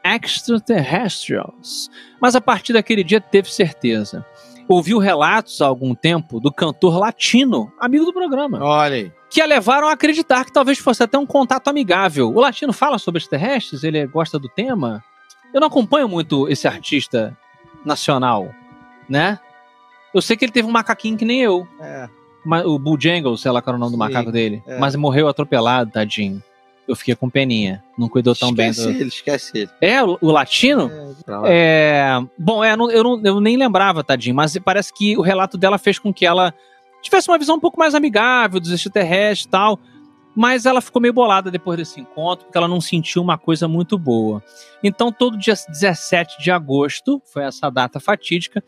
Speaker 1: extraterrestrials, mas a partir daquele dia teve certeza ouviu relatos há algum tempo do cantor latino, amigo do programa,
Speaker 2: Olha aí.
Speaker 1: que a levaram a acreditar que talvez fosse até um contato amigável. O latino fala sobre extraterrestres, ele gosta do tema. Eu não acompanho muito esse artista nacional, né? Eu sei que ele teve um macaquinho que nem eu.
Speaker 2: É.
Speaker 1: ma- O Bull Jangles, sei lá qual era o nome do
Speaker 2: Sim,
Speaker 1: macaco dele.
Speaker 2: é.
Speaker 1: Mas morreu atropelado, tadinho. Eu fiquei com peninha. Não cuidou tão
Speaker 2: esquece
Speaker 1: bem do.
Speaker 2: ele, esquece ele.
Speaker 1: É, o o latino?
Speaker 2: Pra lá.
Speaker 1: É, bom, é, não- eu, não- eu nem lembrava, tadinho, mas parece que o relato dela fez com que ela tivesse uma visão um pouco mais amigável dos extraterrestres e tal. Mas ela ficou meio bolada depois desse encontro, porque ela não sentiu uma coisa muito boa. Então, todo dia 17 de agosto, foi essa data fatídica,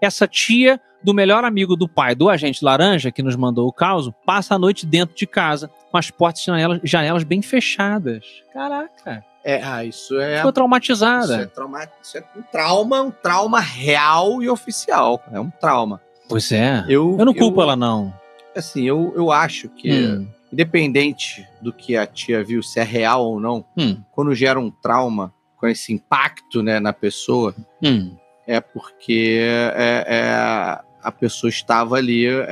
Speaker 1: essa tia do melhor amigo do pai do agente laranja, que nos mandou o caos, passa a noite dentro de casa, com as portas e janelas, janelas bem fechadas. Caraca,
Speaker 2: É, ah, isso é.
Speaker 1: ficou
Speaker 2: Isso é,
Speaker 1: traumatizada.
Speaker 2: trauma, isso é um trauma, um trauma real e oficial. É um trauma.
Speaker 1: Pois é.
Speaker 2: Eu,
Speaker 1: Eu não culpo ela, não.
Speaker 2: Assim, eu, eu acho que, é.
Speaker 1: Hum,
Speaker 2: independente do que a tia viu, se é real ou não,
Speaker 1: hum,
Speaker 2: quando gera um trauma com esse impacto né, na pessoa,
Speaker 1: [LAUGHS] hum.
Speaker 2: é porque é- é, a pessoa estava ali é,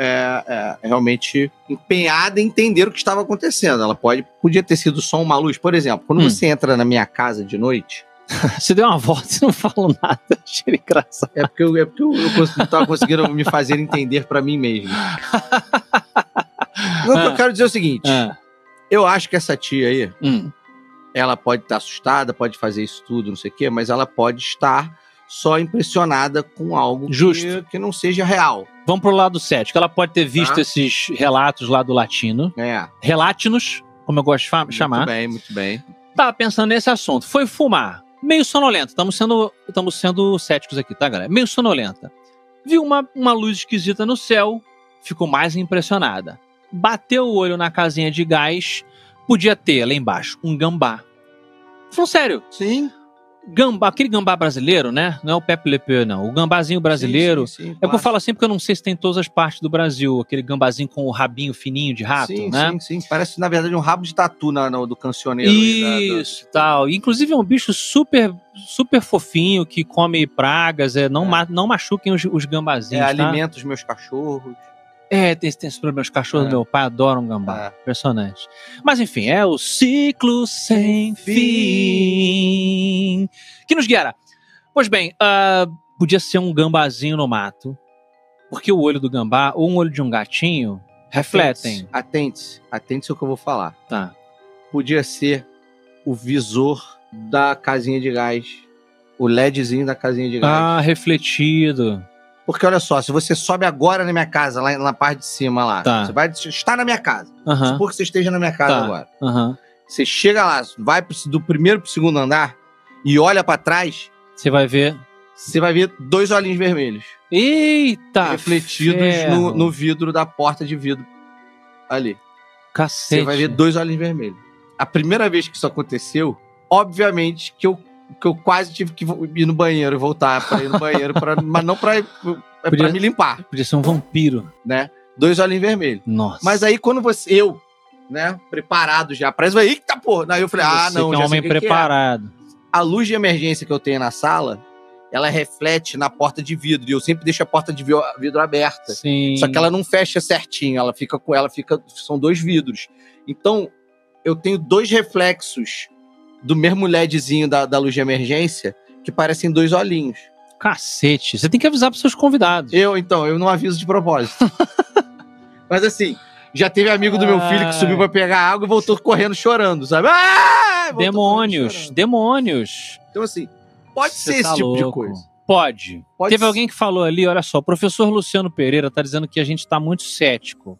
Speaker 2: é, realmente empenhada em entender o que estava acontecendo. Ela pode, podia ter sido só uma luz. Por exemplo, quando
Speaker 1: Hum.
Speaker 2: você entra na minha casa de noite,
Speaker 1: Você deu uma volta e não falou nada. Achei engraçado.
Speaker 2: é porque eu, é porque eu, eu cons- não estava conseguindo me fazer entender para
Speaker 1: [LAUGHS]
Speaker 2: mim mesmo. Não, o que eu quero dizer é o seguinte:
Speaker 1: Ah,
Speaker 2: eu acho que essa tia aí,
Speaker 1: hum.
Speaker 2: ela pode estar assustada, pode fazer isso tudo, não sei o quê, mas ela pode estar só impressionada com algo que-
Speaker 1: Justo.
Speaker 2: que não seja real.
Speaker 1: Vamos pro lado cético. Ela pode ter visto
Speaker 2: Tá.
Speaker 1: esses relatos lá do latino.
Speaker 2: É.
Speaker 1: Relatinos, como eu gosto de fa- chamar.
Speaker 2: Muito bem, muito bem.
Speaker 1: Tava pensando nesse assunto. Foi fumar. Meio sonolenta. Estamos sendo, estamos sendo céticos aqui, tá, galera? Meio sonolenta. Viu uma, uma luz esquisita no céu. Ficou mais impressionada. Bateu o olho na casinha de gás. Podia ter lá embaixo um gambá. Falou sério.
Speaker 2: Sim.
Speaker 1: gambá, aquele gambá brasileiro, né? Não é o Pepe Le Pew, não. O gambazinho brasileiro.
Speaker 2: Sim, sim, sim,
Speaker 1: É o que eu
Speaker 2: clássico.
Speaker 1: falo assim porque eu não sei se tem em todas as partes do Brasil, aquele gambazinho com o rabinho fininho de rato,
Speaker 2: sim,
Speaker 1: né?
Speaker 2: Sim, sim. Parece, na verdade, um rabo de tatu na, no- do cancioneiro. aí, da- da-
Speaker 1: Isso, tal. Inclusive é um bicho super super fofinho que come pragas, é, não,
Speaker 2: É.
Speaker 1: ma- não machuquem os, os
Speaker 2: É,
Speaker 1: gambazinhos, tá?
Speaker 2: alimenta os meus cachorros.
Speaker 1: É, tem, tem esse problema, os cachorros
Speaker 2: É.
Speaker 1: do meu pai adoram gambá.
Speaker 2: tá?
Speaker 1: Impressionante. Mas enfim, é o ciclo sem fim que nos guiará. Pois bem, ah, podia ser um gambazinho no mato, porque o olho do gambá ou um olho de um gatinho refletem.
Speaker 2: Atente-se. Atente-se ao que eu vou falar.
Speaker 1: Tá.
Speaker 2: Podia ser o visor da casinha de gás. O LEDzinho da casinha de gás.
Speaker 1: Ah, refletido.
Speaker 2: Porque olha só, se você sobe agora na minha casa, lá na parte de cima lá,
Speaker 1: Tá.
Speaker 2: você vai estar na minha casa.
Speaker 1: Aham,
Speaker 2: Supor que você esteja na minha casa
Speaker 1: Tá.
Speaker 2: agora.
Speaker 1: aham.
Speaker 2: Você chega lá, vai pro- do primeiro pro segundo andar e olha pra trás,
Speaker 1: Você vai ver.
Speaker 2: você vai ver dois olhinhos vermelhos
Speaker 1: Eita!
Speaker 2: refletidos
Speaker 1: Ah, ferro.
Speaker 2: no, no vidro da porta de vidro ali.
Speaker 1: Cacete.
Speaker 2: Você vai ver dois olhinhos vermelhos. A primeira vez que isso aconteceu, obviamente que eu, que eu quase tive que vo- ir no banheiro, voltar pra ir no banheiro,
Speaker 1: [LAUGHS]
Speaker 2: pra, mas não pra, é pra
Speaker 1: Podia-
Speaker 2: me limpar,
Speaker 1: Podia ser um vampiro.
Speaker 2: né? Dois olhinhos vermelhos.
Speaker 1: Nossa.
Speaker 2: Mas aí quando você, eu, né, preparado já, parece, vai, eita porra. Aí eu falei, ah,
Speaker 1: Você
Speaker 2: não,
Speaker 1: que é um
Speaker 2: já sei
Speaker 1: homem
Speaker 2: o que que é.
Speaker 1: preparado.
Speaker 2: a luz de emergência que eu tenho na sala, ela reflete na porta de vidro. E eu sempre deixo a porta de vi- vidro aberta.
Speaker 1: Sim.
Speaker 2: Só que ela não fecha certinho, ela fica com ela fica são dois vidros. Então, eu tenho dois reflexos do mesmo LEDzinho da, da luz de emergência que parecem dois olhinhos.
Speaker 1: Cacete. Você tem que avisar pros seus convidados.
Speaker 2: Eu, então, eu não aviso
Speaker 1: [LAUGHS]
Speaker 2: de propósito. Mas assim, já teve amigo do meu filho
Speaker 1: Ai.
Speaker 2: que subiu pra pegar água e voltou correndo chorando, sabe? Ah! Voltou correndo
Speaker 1: Demônios,
Speaker 2: chorando.
Speaker 1: demônios.
Speaker 2: Então assim, pode
Speaker 1: Você
Speaker 2: ser
Speaker 1: tá
Speaker 2: esse tipo de
Speaker 1: louco.
Speaker 2: coisa.
Speaker 1: Pode.
Speaker 2: Pode
Speaker 1: Teve
Speaker 2: ser.
Speaker 1: alguém que falou ali, olha só, o professor Luciano Pereira tá dizendo que a gente tá muito cético.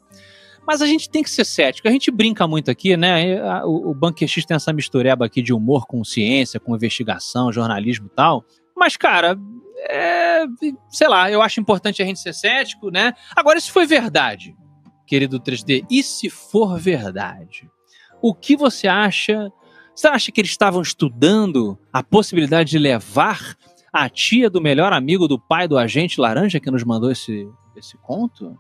Speaker 1: Mas a gente tem que ser cético. A gente brinca muito aqui, né? E, a, O, o banquetista tem essa mistureba aqui de humor com ciência, com investigação, jornalismo e tal. Mas, cara, é, sei lá, eu acho importante a gente ser cético, né? Agora, se foi verdade, querido 3D, e se for verdade, o que você acha? Você acha que eles estavam estudando a possibilidade de levar a tia do melhor amigo do pai do agente laranja que nos mandou esse, esse conto?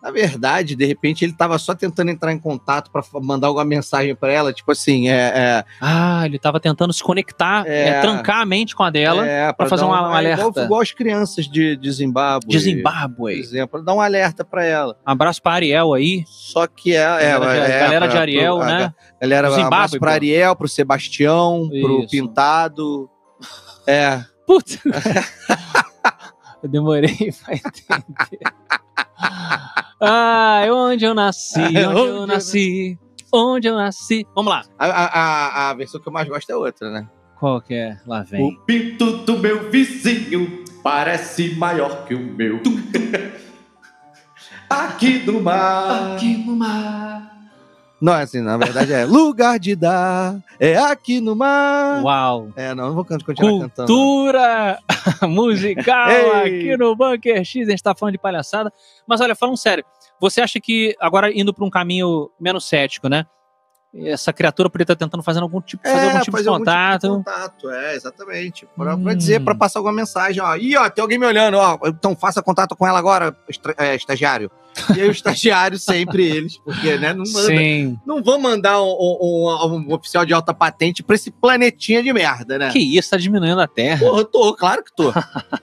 Speaker 2: Na verdade, de repente, ele tava só tentando entrar em contato pra fa- mandar alguma mensagem pra ela, tipo assim, é.
Speaker 1: Ah, ele tava tentando se conectar,
Speaker 2: É.
Speaker 1: é, trancar a mente com a
Speaker 2: é
Speaker 1: dela.
Speaker 2: é,
Speaker 1: fazer
Speaker 2: dar
Speaker 1: um
Speaker 2: é
Speaker 1: alerta.
Speaker 2: Igual, igual as crianças de, de Zimbábue.
Speaker 1: de
Speaker 2: Por
Speaker 1: Zimbábue.
Speaker 2: exemplo, dá um alerta pra ela.
Speaker 1: Abraço pra Ariel aí.
Speaker 2: Só que é. é,
Speaker 1: galera de,
Speaker 2: é,
Speaker 1: galera
Speaker 2: pra-
Speaker 1: de Ariel,
Speaker 2: pro- a-
Speaker 1: né?
Speaker 2: Galera, um
Speaker 1: Zimbábue,
Speaker 2: abraço pra
Speaker 1: pô.
Speaker 2: Ariel, pro Sebastião, pro
Speaker 1: Isso.
Speaker 2: Pintado. É. [LAUGHS]
Speaker 1: Puta! eu demorei [LAUGHS] pra entender. Ah, onde eu nasci, onde
Speaker 2: É Onde
Speaker 1: eu
Speaker 2: eu
Speaker 1: nasci, onde eu nasci. Vamos lá.
Speaker 2: A, a, a, a versão que eu mais gosto é outra, né?
Speaker 1: Qual que é? Lá vem.
Speaker 3: O pinto do meu vizinho parece maior que o [LAUGHS] meu. Aqui no mar,
Speaker 1: no mar,
Speaker 2: Não, assim, na verdade é [LAUGHS] lugar de dar, é aqui no mar.
Speaker 1: Uau!
Speaker 2: É, não, não vou can- continuar cantando. não.
Speaker 1: Cultura [LAUGHS] musical
Speaker 2: Ei.
Speaker 1: aqui no Bunker X, a gente tá falando de palhaçada. Mas olha, falando sério, você acha que, agora indo pra um caminho menos cético, né? Essa criatura poderia estar tentando fazer algum tipo, fazer
Speaker 2: É,
Speaker 1: algum tipo de
Speaker 2: fazer algum
Speaker 1: contato.
Speaker 2: tipo de contato, é, exatamente. Pra,
Speaker 1: Hum.
Speaker 2: pra dizer, pra passar alguma mensagem, ó. Ih, ó, tem alguém me olhando, ó. Então faça contato com ela agora, estra- é, estagiário. E aí
Speaker 1: [LAUGHS]
Speaker 2: o estagiário sempre eles, porque, né, não manda.
Speaker 1: Sim.
Speaker 2: Não vou mandar um, um- um- um oficial de alta patente pra esse planetinha de merda, né?
Speaker 1: Que isso, tá diminuindo a terra.
Speaker 2: Porra, eu tô, claro
Speaker 1: [LAUGHS]
Speaker 2: que tô.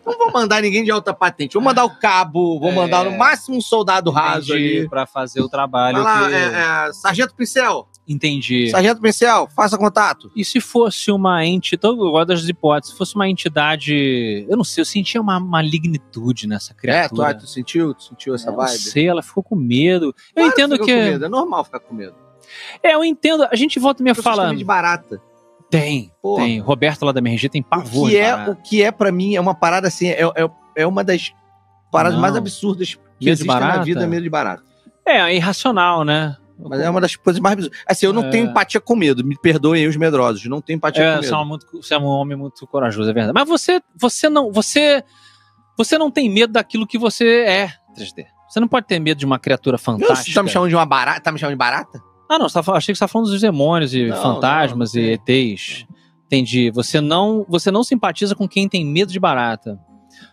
Speaker 2: Não vou mandar ninguém de alta patente. Vou mandar o cabo, vou
Speaker 1: É.
Speaker 2: mandar no máximo um soldado raso
Speaker 1: Entendi,
Speaker 2: ali.
Speaker 1: Pra fazer o trabalho.
Speaker 2: Fala,
Speaker 1: que-
Speaker 2: é, é, Sargento Pincel,
Speaker 1: Entendi.
Speaker 2: Sargento Pincel, faça contato.
Speaker 1: E se fosse uma entidade, eu gosto das hipóteses, se fosse uma entidade, eu não sei, eu sentia uma malignitude nessa
Speaker 2: É, tu,
Speaker 1: criatura.
Speaker 2: tu sentiu? Tu sentiu essa
Speaker 1: Eu não
Speaker 2: vibe?
Speaker 1: sei, ela ficou com medo. Eu
Speaker 2: Claro
Speaker 1: entendo
Speaker 2: ficou
Speaker 1: que.
Speaker 2: com medo, É normal ficar com medo.
Speaker 1: É, eu "Ah, entendo. A gente volta e me
Speaker 2: Pessoas
Speaker 1: fala.
Speaker 2: comem de barata.
Speaker 1: Tem,
Speaker 2: Porra.
Speaker 1: tem. Roberto lá da MRG tem pavor.
Speaker 2: o que
Speaker 1: de
Speaker 2: é,
Speaker 1: barata.
Speaker 2: o que é pra mim é uma parada assim, é, é, é uma das paradas
Speaker 1: Não.
Speaker 2: mais absurdas que
Speaker 1: de
Speaker 2: existem
Speaker 1: barata?
Speaker 2: na vida, é medo de barata.
Speaker 1: É, é irracional, né?
Speaker 2: Mas é uma das coisas mais absurdas. Assim, eu não
Speaker 1: É.
Speaker 2: tenho empatia com medo, me perdoem os medrosos, não tenho empatia
Speaker 1: É,
Speaker 2: com
Speaker 1: você, é
Speaker 2: medo.
Speaker 1: um muito- você é um homem muito corajoso, é verdade. Mas você, você não. Você, você não tem medo daquilo que você é, 3D. Você não pode ter medo de uma criatura
Speaker 2: Eu-
Speaker 1: fantástica.
Speaker 2: Você tá me chamando de uma barata? Tá me chamando de barata?
Speaker 1: Ah, não, você tá fal- achei que você tá falando dos demônios e
Speaker 2: Não,
Speaker 1: fantasmas
Speaker 2: não, não
Speaker 1: e ETs. Entendi. Você não, você não simpatiza com quem tem medo de barata.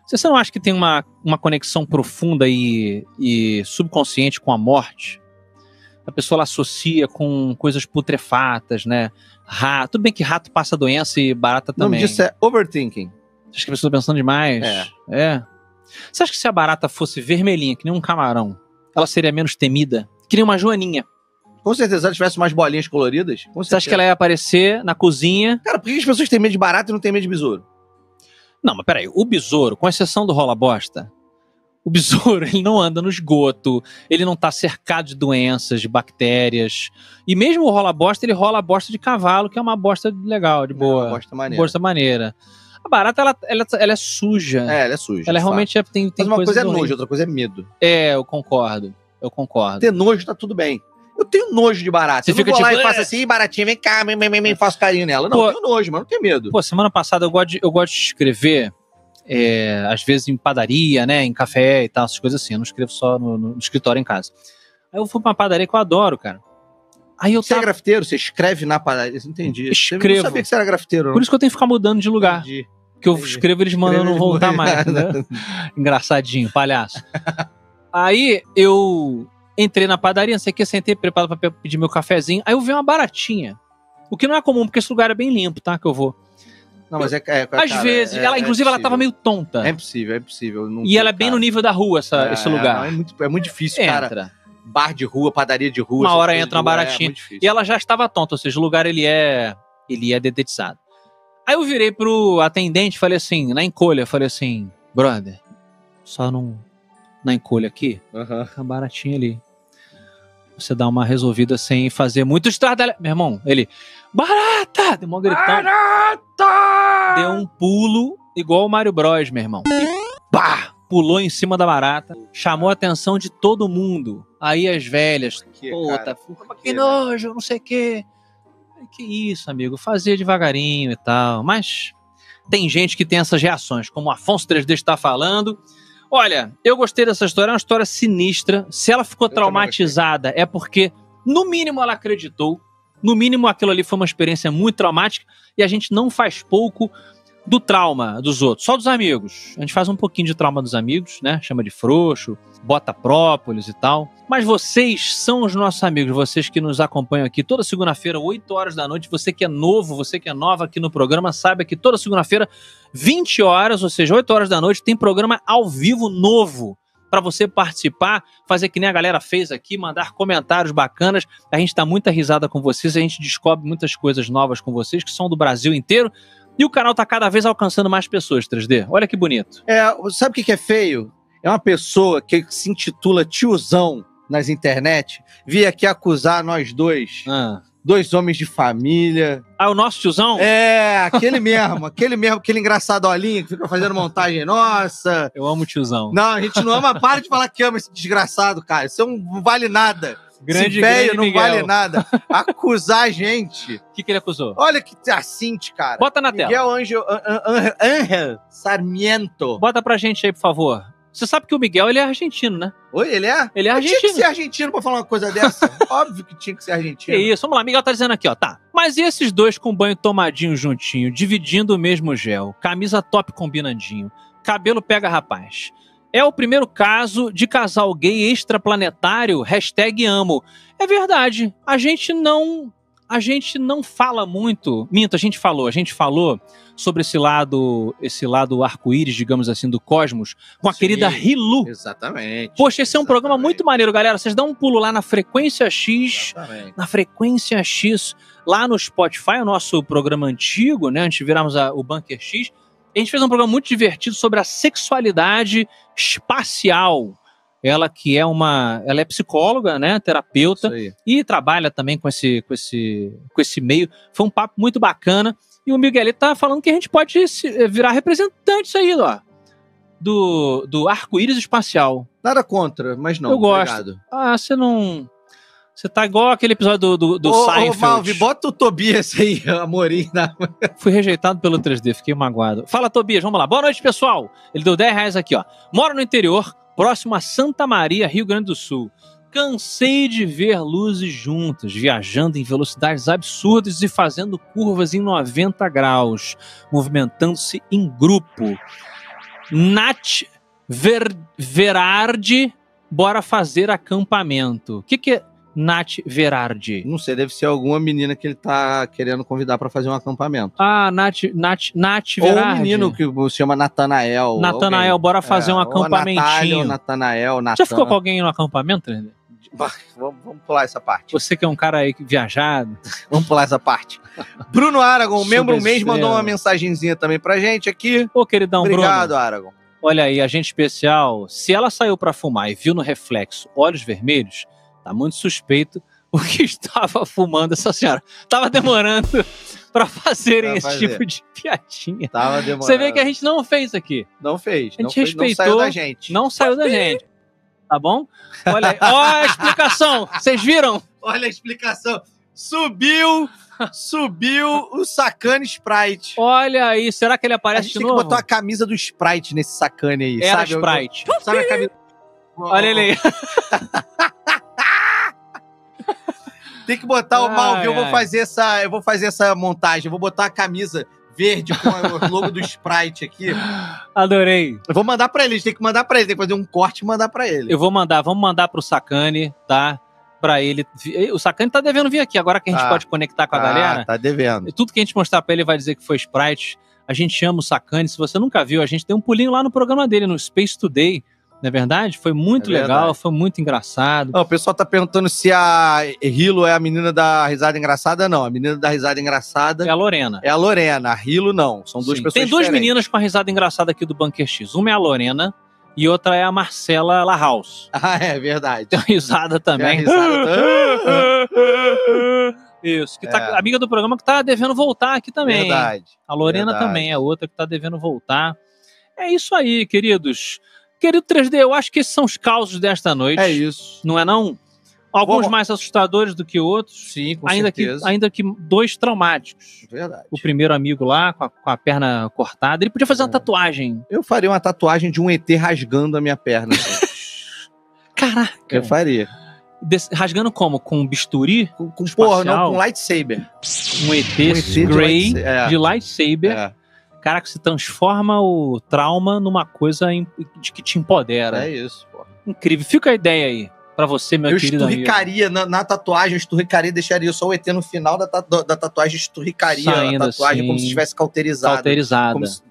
Speaker 1: Você você não acha que tem uma, uma conexão profunda e, e subconsciente com a morte? A pessoa ela associa com coisas putrefatas, né? Rato. Tudo bem que rato passa doença e barata
Speaker 2: O nome
Speaker 1: também.
Speaker 2: disso é overthinking.
Speaker 1: Acho que a pessoa tá pensando demais.
Speaker 2: É.
Speaker 1: É. Você acha que se a barata fosse vermelhinha, que nem um camarão, ela seria menos temida? Que nem uma joaninha.
Speaker 2: Com certeza, se ela tivesse umas bolinhas coloridas, com
Speaker 1: Você acha que
Speaker 2: certeza.
Speaker 1: ela é ia aparecer na cozinha?
Speaker 2: Cara, por que as pessoas têm medo de barata e não têm medo de besouro?
Speaker 1: Não, mas peraí, o besouro, com exceção do rola bosta, o besouro [LAUGHS] ele não anda no esgoto, ele não tá cercado de doenças, de bactérias. E mesmo o rola bosta, ele rola a bosta de cavalo, que é uma bosta legal, de boa.
Speaker 2: Não, gosta É, maneira.
Speaker 1: Bosta maneira. A barata, ela, ela, ela é suja.
Speaker 2: É, ela é suja.
Speaker 1: ela
Speaker 2: de
Speaker 1: realmente é, tem,
Speaker 2: fato.
Speaker 1: tem
Speaker 2: Mas uma coisa, é
Speaker 1: do-
Speaker 2: nojo, outra coisa é medo.
Speaker 1: É, eu concordo. Eu concordo.
Speaker 2: Ter nojo tá tudo bem. Eu tenho nojo de barata.
Speaker 1: Você
Speaker 2: eu não
Speaker 1: fica
Speaker 2: vou lá
Speaker 1: tipo,
Speaker 2: e faço
Speaker 1: "É".
Speaker 2: assim, "Ih, baratinha, vem cá, mim, mim, mim, mim", faço carinho nela. Não,
Speaker 1: Pô.
Speaker 2: eu tenho nojo, mas não tenho medo.
Speaker 1: Pô, semana passada eu gosto de, eu gosto de escrever, é, às vezes em padaria, né? Em café e tal, essas coisas assim. Eu não escrevo só no, no escritório em casa. Aí eu fui pra uma padaria que eu adoro, cara. Aí eu
Speaker 2: Você é
Speaker 1: tava,
Speaker 2: grafiteiro? Você escreve na parada? Eu Entendi. Eu
Speaker 1: Escrevo.
Speaker 2: não sabia que você era grafiteiro. não.
Speaker 1: Por isso que eu tenho que ficar mudando de lugar.
Speaker 2: Entendi.
Speaker 1: Que eu
Speaker 2: Entendi.
Speaker 1: escrevo, eles mandam eu não
Speaker 2: Escrevo, eles
Speaker 1: voltar
Speaker 2: mandam-
Speaker 1: mais. entendeu?
Speaker 2: [LAUGHS]
Speaker 1: Engraçadinho, palhaço. Aí eu entrei na padaria, não sei o que, sentei preparado pra pe- pedir meu cafezinho. Aí eu vi uma baratinha. O que não é comum, porque esse lugar é bem limpo, tá? Que eu vou.
Speaker 2: Não, mas é, é, é
Speaker 1: Às
Speaker 2: cara,
Speaker 1: vezes,
Speaker 2: é-
Speaker 1: ela,
Speaker 2: é
Speaker 1: inclusive, ela
Speaker 2: possível.
Speaker 1: tava meio tonta.
Speaker 2: É impossível, é impossível. não
Speaker 1: E
Speaker 2: tem,
Speaker 1: ela é bem
Speaker 2: cara.
Speaker 1: no nível da rua, essa-
Speaker 2: É,
Speaker 1: esse lugar.
Speaker 2: não, É, muito, é muito difícil, cara.
Speaker 1: entra.
Speaker 2: Bar de rua, padaria de rua.
Speaker 1: Uma
Speaker 2: essas
Speaker 1: hora
Speaker 2: coisas
Speaker 1: entra
Speaker 2: de
Speaker 1: uma
Speaker 2: rua, é
Speaker 1: baratinha.
Speaker 2: muito difícil.
Speaker 1: E ela já estava tonta, ou seja, o lugar ele é, ele é dedetizado. Aí eu virei pro atendente e falei assim, na encolha, eu falei assim, brother, só não na encolha aqui,
Speaker 2: Aham.
Speaker 1: fica baratinho ali. Você dá uma resolvida sem fazer muito estradalha. Meu irmão, ele, barata! Deu um gritão,
Speaker 2: Barata!
Speaker 1: deu um pulo igual o Mario Bros, meu irmão.
Speaker 2: Bah!
Speaker 1: Pulou em cima da barata, chamou a atenção de todo mundo. Aí as velhas,
Speaker 2: Que,
Speaker 1: Pô,
Speaker 2: cara.
Speaker 1: tá
Speaker 2: Por quê,
Speaker 1: que
Speaker 2: né?
Speaker 1: nojo, não sei o quê. Ai, Que isso, amigo, fazia devagarinho e tal. Mas tem gente que tem essas reações, como o Afonso 3D está falando. Olha, eu gostei dessa história, é uma história sinistra. Se ela ficou
Speaker 2: também
Speaker 1: traumatizada, é porque, no mínimo, ela acreditou. No mínimo, aquilo ali foi uma experiência muito traumática e a gente não faz pouco do trauma dos outros, só dos amigos. A gente faz um pouquinho de trauma dos amigos, né? Chama de frouxo, bota própolis e tal. Mas vocês são os nossos amigos, vocês que nos acompanham aqui toda segunda-feira, 8 horas da noite. Você que é novo, você que é nova aqui no programa, saiba que toda segunda-feira, 20 horas, ou seja, 8 horas da noite, tem programa ao vivo novo para você participar, fazer que nem a galera fez aqui, mandar comentários bacanas. A gente dá muita risada com vocês, a gente descobre muitas coisas novas com vocês que são do Brasil inteiro. E o canal tá cada vez alcançando mais pessoas, 3D. Olha que bonito.
Speaker 2: É, sabe o que que é feio? É uma pessoa que se intitula tiozão nas internet vir aqui acusar nós dois,
Speaker 1: Ah,
Speaker 2: dois homens de família.
Speaker 1: o nosso tiozão?
Speaker 2: É, aquele mesmo, aquele mesmo, aquele engraçado olhinho que fica fazendo montagem nossa.
Speaker 1: Eu amo o tiozão.
Speaker 2: Não, a gente não ama, para de falar que ama esse desgraçado, cara. Isso é um- não vale nada.
Speaker 1: Grande,
Speaker 2: Esse velho
Speaker 1: grande
Speaker 2: não
Speaker 1: Miguel.
Speaker 2: vale nada. Acusar a gente.
Speaker 1: O que, que ele acusou?
Speaker 2: Olha que a Cinti, cara.
Speaker 1: Bota na tela.
Speaker 2: Miguel Angel An- An- An- Angel Sarmiento.
Speaker 1: Bota pra gente aí, por favor. Você sabe que o Miguel ele é argentino, né?
Speaker 2: Oi, ele é?
Speaker 1: Ele é
Speaker 2: Mas Tinha que
Speaker 1: argentino.
Speaker 2: ser argentino pra falar uma coisa dessa.
Speaker 1: [LAUGHS]
Speaker 2: Óbvio que tinha que ser
Speaker 1: Que
Speaker 2: argentino.
Speaker 1: isso, vamos lá, Miguel tá dizendo aqui, ó, tá. Mas e esses dois com banho tomadinho juntinho, dividindo o mesmo gel, camisa top combinandinho, cabelo pega rapaz. É o primeiro caso de casal gay extraplanetário, hashtag amo. É verdade, a gente não... A gente não fala muito. Minto, a gente falou, a gente falou sobre esse lado, esse lado arco-íris, digamos assim, do cosmos, com a
Speaker 2: Sim.
Speaker 1: querida Rilu.
Speaker 2: Exatamente.
Speaker 1: Poxa, esse é um programa muito maneiro, galera. Vocês dão um pulo lá na frequência X
Speaker 2: Exatamente.
Speaker 1: na frequência X, lá no Spotify, o nosso programa antigo, né? Antes de virarmos a- o Bunker X, a gente fez um programa muito divertido sobre a sexualidade espacial. Ela que é uma. Ela é psicóloga, né? Terapeuta
Speaker 2: Isso aí.
Speaker 1: e trabalha também com esse, com esse, com esse meio. Foi um papo muito bacana. E o Miguelito tá falando que a gente pode se- eh, virar representante isso aí, ó. Do, do arco-íris espacial.
Speaker 2: Nada contra, mas não.
Speaker 1: Eu gosto.
Speaker 2: Obrigado.
Speaker 1: Ah, você não. Você tá igual aquele episódio do, do, do
Speaker 2: ô, ô,
Speaker 1: Seinfeld.
Speaker 2: Malvi, bota o Tobias aí, [LAUGHS] Amorim. né? Na...
Speaker 1: Fui rejeitado pelo 3D, fiquei magoado. Fala, Tobias, vamos lá. Boa noite, pessoal. Ele deu 10 reais aqui, ó. Moro no interior, próximo a Santa Maria, Rio Grande do Sul. Cansei de ver luzes juntas, viajando em velocidades absurdas e fazendo curvas em 90 graus, movimentando-se em grupo. Nath Ver Verardi, bora fazer acampamento. O que, que é Nath Verardi?
Speaker 2: Não sei, deve ser alguma menina que ele tá querendo convidar pra fazer um acampamento.
Speaker 1: Ah, Nath, Nath, Nath
Speaker 2: Ou um
Speaker 1: Verardi.
Speaker 2: menino que se chama Natanael.
Speaker 1: Natanael,
Speaker 2: alguém.
Speaker 1: bora fazer
Speaker 2: É,
Speaker 1: um
Speaker 2: ou a Natália, ou
Speaker 1: acampamentinho.
Speaker 2: Natanael, Natan.
Speaker 1: Já ficou com alguém no acampamento, Trindade?
Speaker 2: Vamos, vamos pular essa parte.
Speaker 1: Você que é um cara aí que- viajado.
Speaker 2: Vamos pular essa parte. Bruno Aragon,
Speaker 1: Sobre
Speaker 2: membro mês,
Speaker 1: estrela.
Speaker 2: mandou uma mensagenzinha também pra gente aqui.
Speaker 1: Ô, queridão
Speaker 2: Obrigado,
Speaker 1: Bruno.
Speaker 2: Aragon.
Speaker 1: Olha aí, agente especial. Se ela saiu pra fumar e viu no reflexo olhos vermelhos, tá muito suspeito o que [LAUGHS] estava fumando essa senhora. Tava demorando [LAUGHS] pra fazerem
Speaker 2: Pra
Speaker 1: esse
Speaker 2: fazer.
Speaker 1: tipo de [LAUGHS] piadinha.
Speaker 2: Tava demorando.
Speaker 1: Você vê que a gente não fez aqui.
Speaker 2: não fez.
Speaker 1: a gente
Speaker 2: não fez, não
Speaker 1: respeitou,
Speaker 2: saiu da gente.
Speaker 1: Não saiu da gente. Tá bom? Olha aí. Ó a explicação. Vocês viram?
Speaker 2: Olha a explicação. Subiu, subiu o sacane Sprite.
Speaker 1: Olha aí. Será que ele
Speaker 2: a
Speaker 1: aparece
Speaker 2: gente
Speaker 1: de
Speaker 2: tem
Speaker 1: novo?
Speaker 2: que botar a camisa do Sprite nesse sacane aí,
Speaker 1: Era
Speaker 2: sabe?
Speaker 1: Sprite.
Speaker 2: Sabe a camisa...
Speaker 1: Olha ele aí. [LAUGHS]
Speaker 2: Tem que botar o
Speaker 1: Ai,
Speaker 2: Malvi, eu vou
Speaker 1: ai.
Speaker 2: fazer essa, eu vou fazer essa montagem, eu vou botar a camisa verde com o [LAUGHS] logo do Sprite aqui.
Speaker 1: Adorei.
Speaker 2: Eu vou mandar pra ele, a gente tem que mandar pra ele, tem que fazer um corte e mandar pra ele.
Speaker 1: Eu vou mandar, vamos mandar pro Sacane, tá? Pra ele. vi- O Sacane tá devendo vir aqui, agora que a gente
Speaker 2: Tá.
Speaker 1: pode conectar com a galera.
Speaker 2: tá devendo.
Speaker 1: Tudo que a gente mostrar pra ele vai dizer que foi Sprite. A gente ama o Sacane. Se você nunca viu, a gente deu um pulinho lá no programa dele, no Space Today. Não é verdade? Foi muito
Speaker 2: É
Speaker 1: legal,
Speaker 2: verdade.
Speaker 1: foi muito engraçado.
Speaker 2: Ó, o pessoal tá perguntando se a Hilo é a menina da risada engraçada. Não, a menina da risada engraçada
Speaker 1: É a Lorena.
Speaker 2: é a Lorena, a Hilo não. São duas
Speaker 1: Sim.
Speaker 2: pessoas
Speaker 1: Tem duas
Speaker 2: diferentes.
Speaker 1: meninas com a risada engraçada aqui do Bunker X. Uma é a Lorena e outra é a Marcela Lahaus.
Speaker 2: [LAUGHS] Ah, é verdade.
Speaker 1: Tem uma risada
Speaker 2: Tem a
Speaker 1: também. [LAUGHS]
Speaker 2: risada Ah,
Speaker 1: Isso, que tá,
Speaker 2: É.
Speaker 1: amiga do programa que tá devendo voltar aqui também. hein?
Speaker 2: Verdade.
Speaker 1: A Lorena
Speaker 2: Verdade.
Speaker 1: também é outra que tá devendo voltar. É isso aí, queridos. Querido 3D, eu acho que esses são os causos desta noite.
Speaker 2: É isso.
Speaker 1: Não é não? Alguns
Speaker 2: Vamos-
Speaker 1: mais assustadores do que outros,
Speaker 2: Sim, com
Speaker 1: ainda que,
Speaker 2: certeza.
Speaker 1: ainda que dois traumáticos.
Speaker 2: Verdade.
Speaker 1: O primeiro amigo lá, com a, com a perna cortada, ele podia fazer uma
Speaker 2: É.
Speaker 1: tatuagem.
Speaker 2: Eu faria uma tatuagem de um ET rasgando a minha perna.
Speaker 1: [LAUGHS]
Speaker 2: assim.
Speaker 1: Caraca!
Speaker 2: Eu faria.
Speaker 1: Des- rasgando como? Com um bisturi?
Speaker 2: Com, com-
Speaker 1: Espacial.
Speaker 2: porra, não, com lightsaber.
Speaker 1: Um ET,
Speaker 2: Um ET de
Speaker 1: Grey
Speaker 2: lightsaber. É,
Speaker 1: de lightsaber.
Speaker 2: é,
Speaker 1: Caraca, se transforma o trauma numa coisa em- de que te empodera.
Speaker 2: é isso, pô.
Speaker 1: Incrível. Fica a ideia aí pra você, meu
Speaker 2: Eu
Speaker 1: querido amigo.
Speaker 2: esturricaria na, na tatuagem, eu esturricaria, deixaria só o ET no final da, tatu- da tatuagem, esturricaria
Speaker 1: Saindo
Speaker 2: a tatuagem
Speaker 1: assim,
Speaker 2: como se estivesse cauterizado.
Speaker 1: Cauterizada.
Speaker 2: Como se-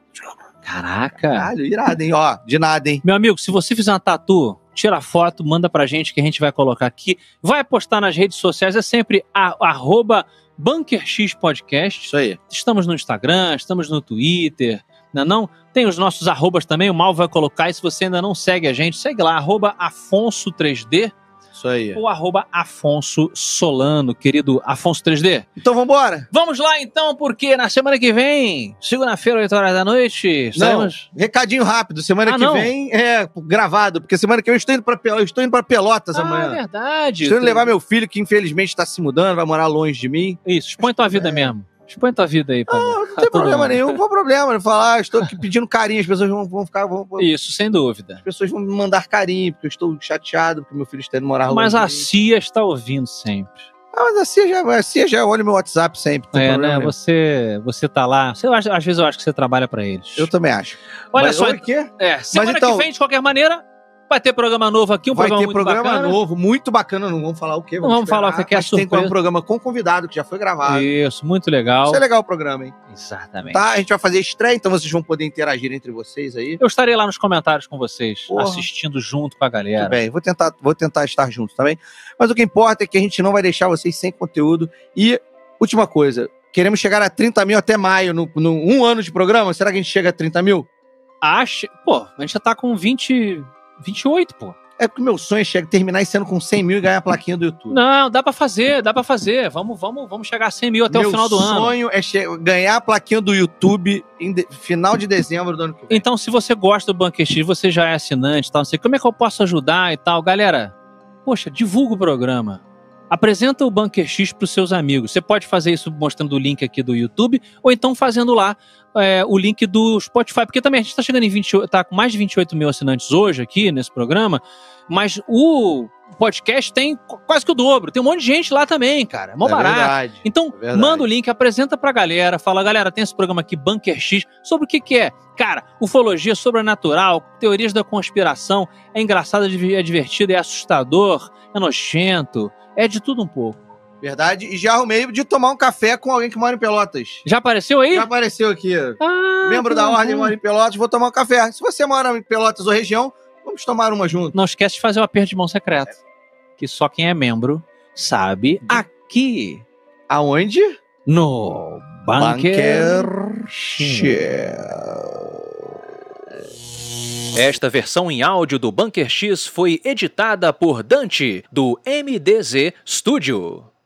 Speaker 1: Caraca.
Speaker 2: Caralho, irado, hein? Ó, de nada, hein?
Speaker 1: Meu amigo, se você fizer uma tatu, tira a foto, manda pra gente que a gente vai colocar aqui. Vai postar nas redes sociais, é sempre a, arroba BunkerX Podcast.
Speaker 2: Isso aí.
Speaker 1: Estamos no Instagram, estamos no Twitter, não é não? Tem os nossos arrobas também, o Mal vai colocar. E se você ainda não segue a gente, segue lá, arroba Afonso3D.
Speaker 2: Isso aí.
Speaker 1: ou arroba Afonso Solano, querido Afonso 3D.
Speaker 2: Então vambora.
Speaker 1: Vamos lá então, porque na semana que vem, segunda-feira, 8 horas da noite, estaremos...
Speaker 2: Recadinho rápido. Semana
Speaker 1: Ah,
Speaker 2: que
Speaker 1: não.
Speaker 2: vem é gravado, porque semana que vem eu estou indo pra, Pel- eu estou indo pra Pelotas
Speaker 1: Ah, é
Speaker 2: amanhã.
Speaker 1: verdade.
Speaker 2: Estou indo levar meu filho, que infelizmente está se mudando, vai morar longe de mim.
Speaker 1: Isso, expõe tua
Speaker 2: É.
Speaker 1: vida mesmo. Expõe tua vida aí, Paulo.
Speaker 2: Não, não tem problema nenhum, não tem problema. Eu falar, estou aqui pedindo carinho, as pessoas vão, vão
Speaker 1: [LAUGHS]
Speaker 2: ficar. vão- vão-
Speaker 1: Isso, sem dúvida.
Speaker 2: as pessoas vão me mandar carinho, porque eu estou chateado, porque meu filho está indo morar
Speaker 1: Mas a
Speaker 2: longe. de mim.
Speaker 1: Cia está ouvindo sempre.
Speaker 2: Ah, mas a Cia já, a Cia já olha meu WhatsApp sempre. não tem
Speaker 1: É,
Speaker 2: problema
Speaker 1: né?
Speaker 2: nenhum.
Speaker 1: Você, você tá lá. Você, acha- às vezes eu acho que você trabalha pra eles.
Speaker 2: Eu também acho.
Speaker 1: Olha
Speaker 2: Mas
Speaker 1: só,
Speaker 2: o quê?
Speaker 1: é, semana
Speaker 2: então-
Speaker 1: que vem, de qualquer maneira, vai ter programa novo aqui, um
Speaker 2: Vai
Speaker 1: programa
Speaker 2: ter
Speaker 1: muito
Speaker 2: programa
Speaker 1: bacana.
Speaker 2: novo, muito bacana. Não vamos falar o quê?
Speaker 1: Não vamos falar,
Speaker 2: esperar,
Speaker 1: porque é
Speaker 2: mas tem
Speaker 1: surpresa.
Speaker 2: um programa com convidado que já foi gravado.
Speaker 1: Isso, muito legal.
Speaker 2: Isso é legal o programa, hein?
Speaker 1: Exatamente.
Speaker 2: Tá? A gente vai fazer estreia, então vocês vão poder interagir entre vocês aí.
Speaker 1: Eu estarei lá nos comentários com vocês,
Speaker 2: Porra.
Speaker 1: assistindo junto com a
Speaker 2: Tudo
Speaker 1: galera.
Speaker 2: bem, vou tentar, vou tentar estar junto também. Mas o que importa é que a gente não vai deixar vocês sem conteúdo. E, última coisa, queremos chegar a 30 mil até maio, no, no um ano de programa. Será que a gente chega a 30 mil?
Speaker 1: Ache... Pô, a gente já tá com 20... 28, pô.
Speaker 2: É porque meu sonho é chegar, terminar esse ano com 100 mil e ganhar a plaquinha do YouTube.
Speaker 1: Não, dá pra fazer, dá pra fazer. Vamos, vamos, vamos chegar a 100 mil até
Speaker 2: meu
Speaker 1: o final do ano.
Speaker 2: sonho é che- ganhar a plaquinha do YouTube em de- final de dezembro do ano que vem.
Speaker 1: Então, se você gosta do Bunker X, você já é assinante e tal, não sei como é que eu posso ajudar e tal. Galera, poxa, divulga o programa. Apresenta o Bunker X para os seus amigos. Você pode fazer isso mostrando o link aqui do YouTube ou então fazendo lá é, o link do Spotify, porque também a gente está chegando em 28, tá com mais de 28 mil assinantes hoje aqui nesse programa, mas o podcast tem qu- quase que o dobro. Tem um monte de gente lá também, cara. É mó
Speaker 2: É
Speaker 1: barato.
Speaker 2: verdade.
Speaker 1: Então,
Speaker 2: É verdade.
Speaker 1: manda o link, apresenta pra galera, fala, galera, tem esse programa aqui, Bunker X, sobre o que que é? Cara, ufologia sobrenatural, teorias da conspiração, é engraçado, é div- é divertido, é assustador, é nojento, é de tudo um pouco.
Speaker 2: Verdade. E já arrumei de tomar um café com alguém que mora em Pelotas.
Speaker 1: Já apareceu aí?
Speaker 2: Já apareceu aqui.
Speaker 1: Ah,
Speaker 2: Membro
Speaker 1: que
Speaker 2: da
Speaker 1: bacana.
Speaker 2: Ordem mora em Pelotas, vou tomar um café. Se você mora em Pelotas ou região, vamos tomar uma junto.
Speaker 1: Não esquece de fazer o aperto de mão secreto, que só quem é membro sabe aqui
Speaker 2: Aonde?
Speaker 1: no Bunker,
Speaker 2: Bunker
Speaker 1: X.
Speaker 2: Share.
Speaker 1: Esta versão em áudio do Bunker X foi editada por Dante, do MDZ Studio.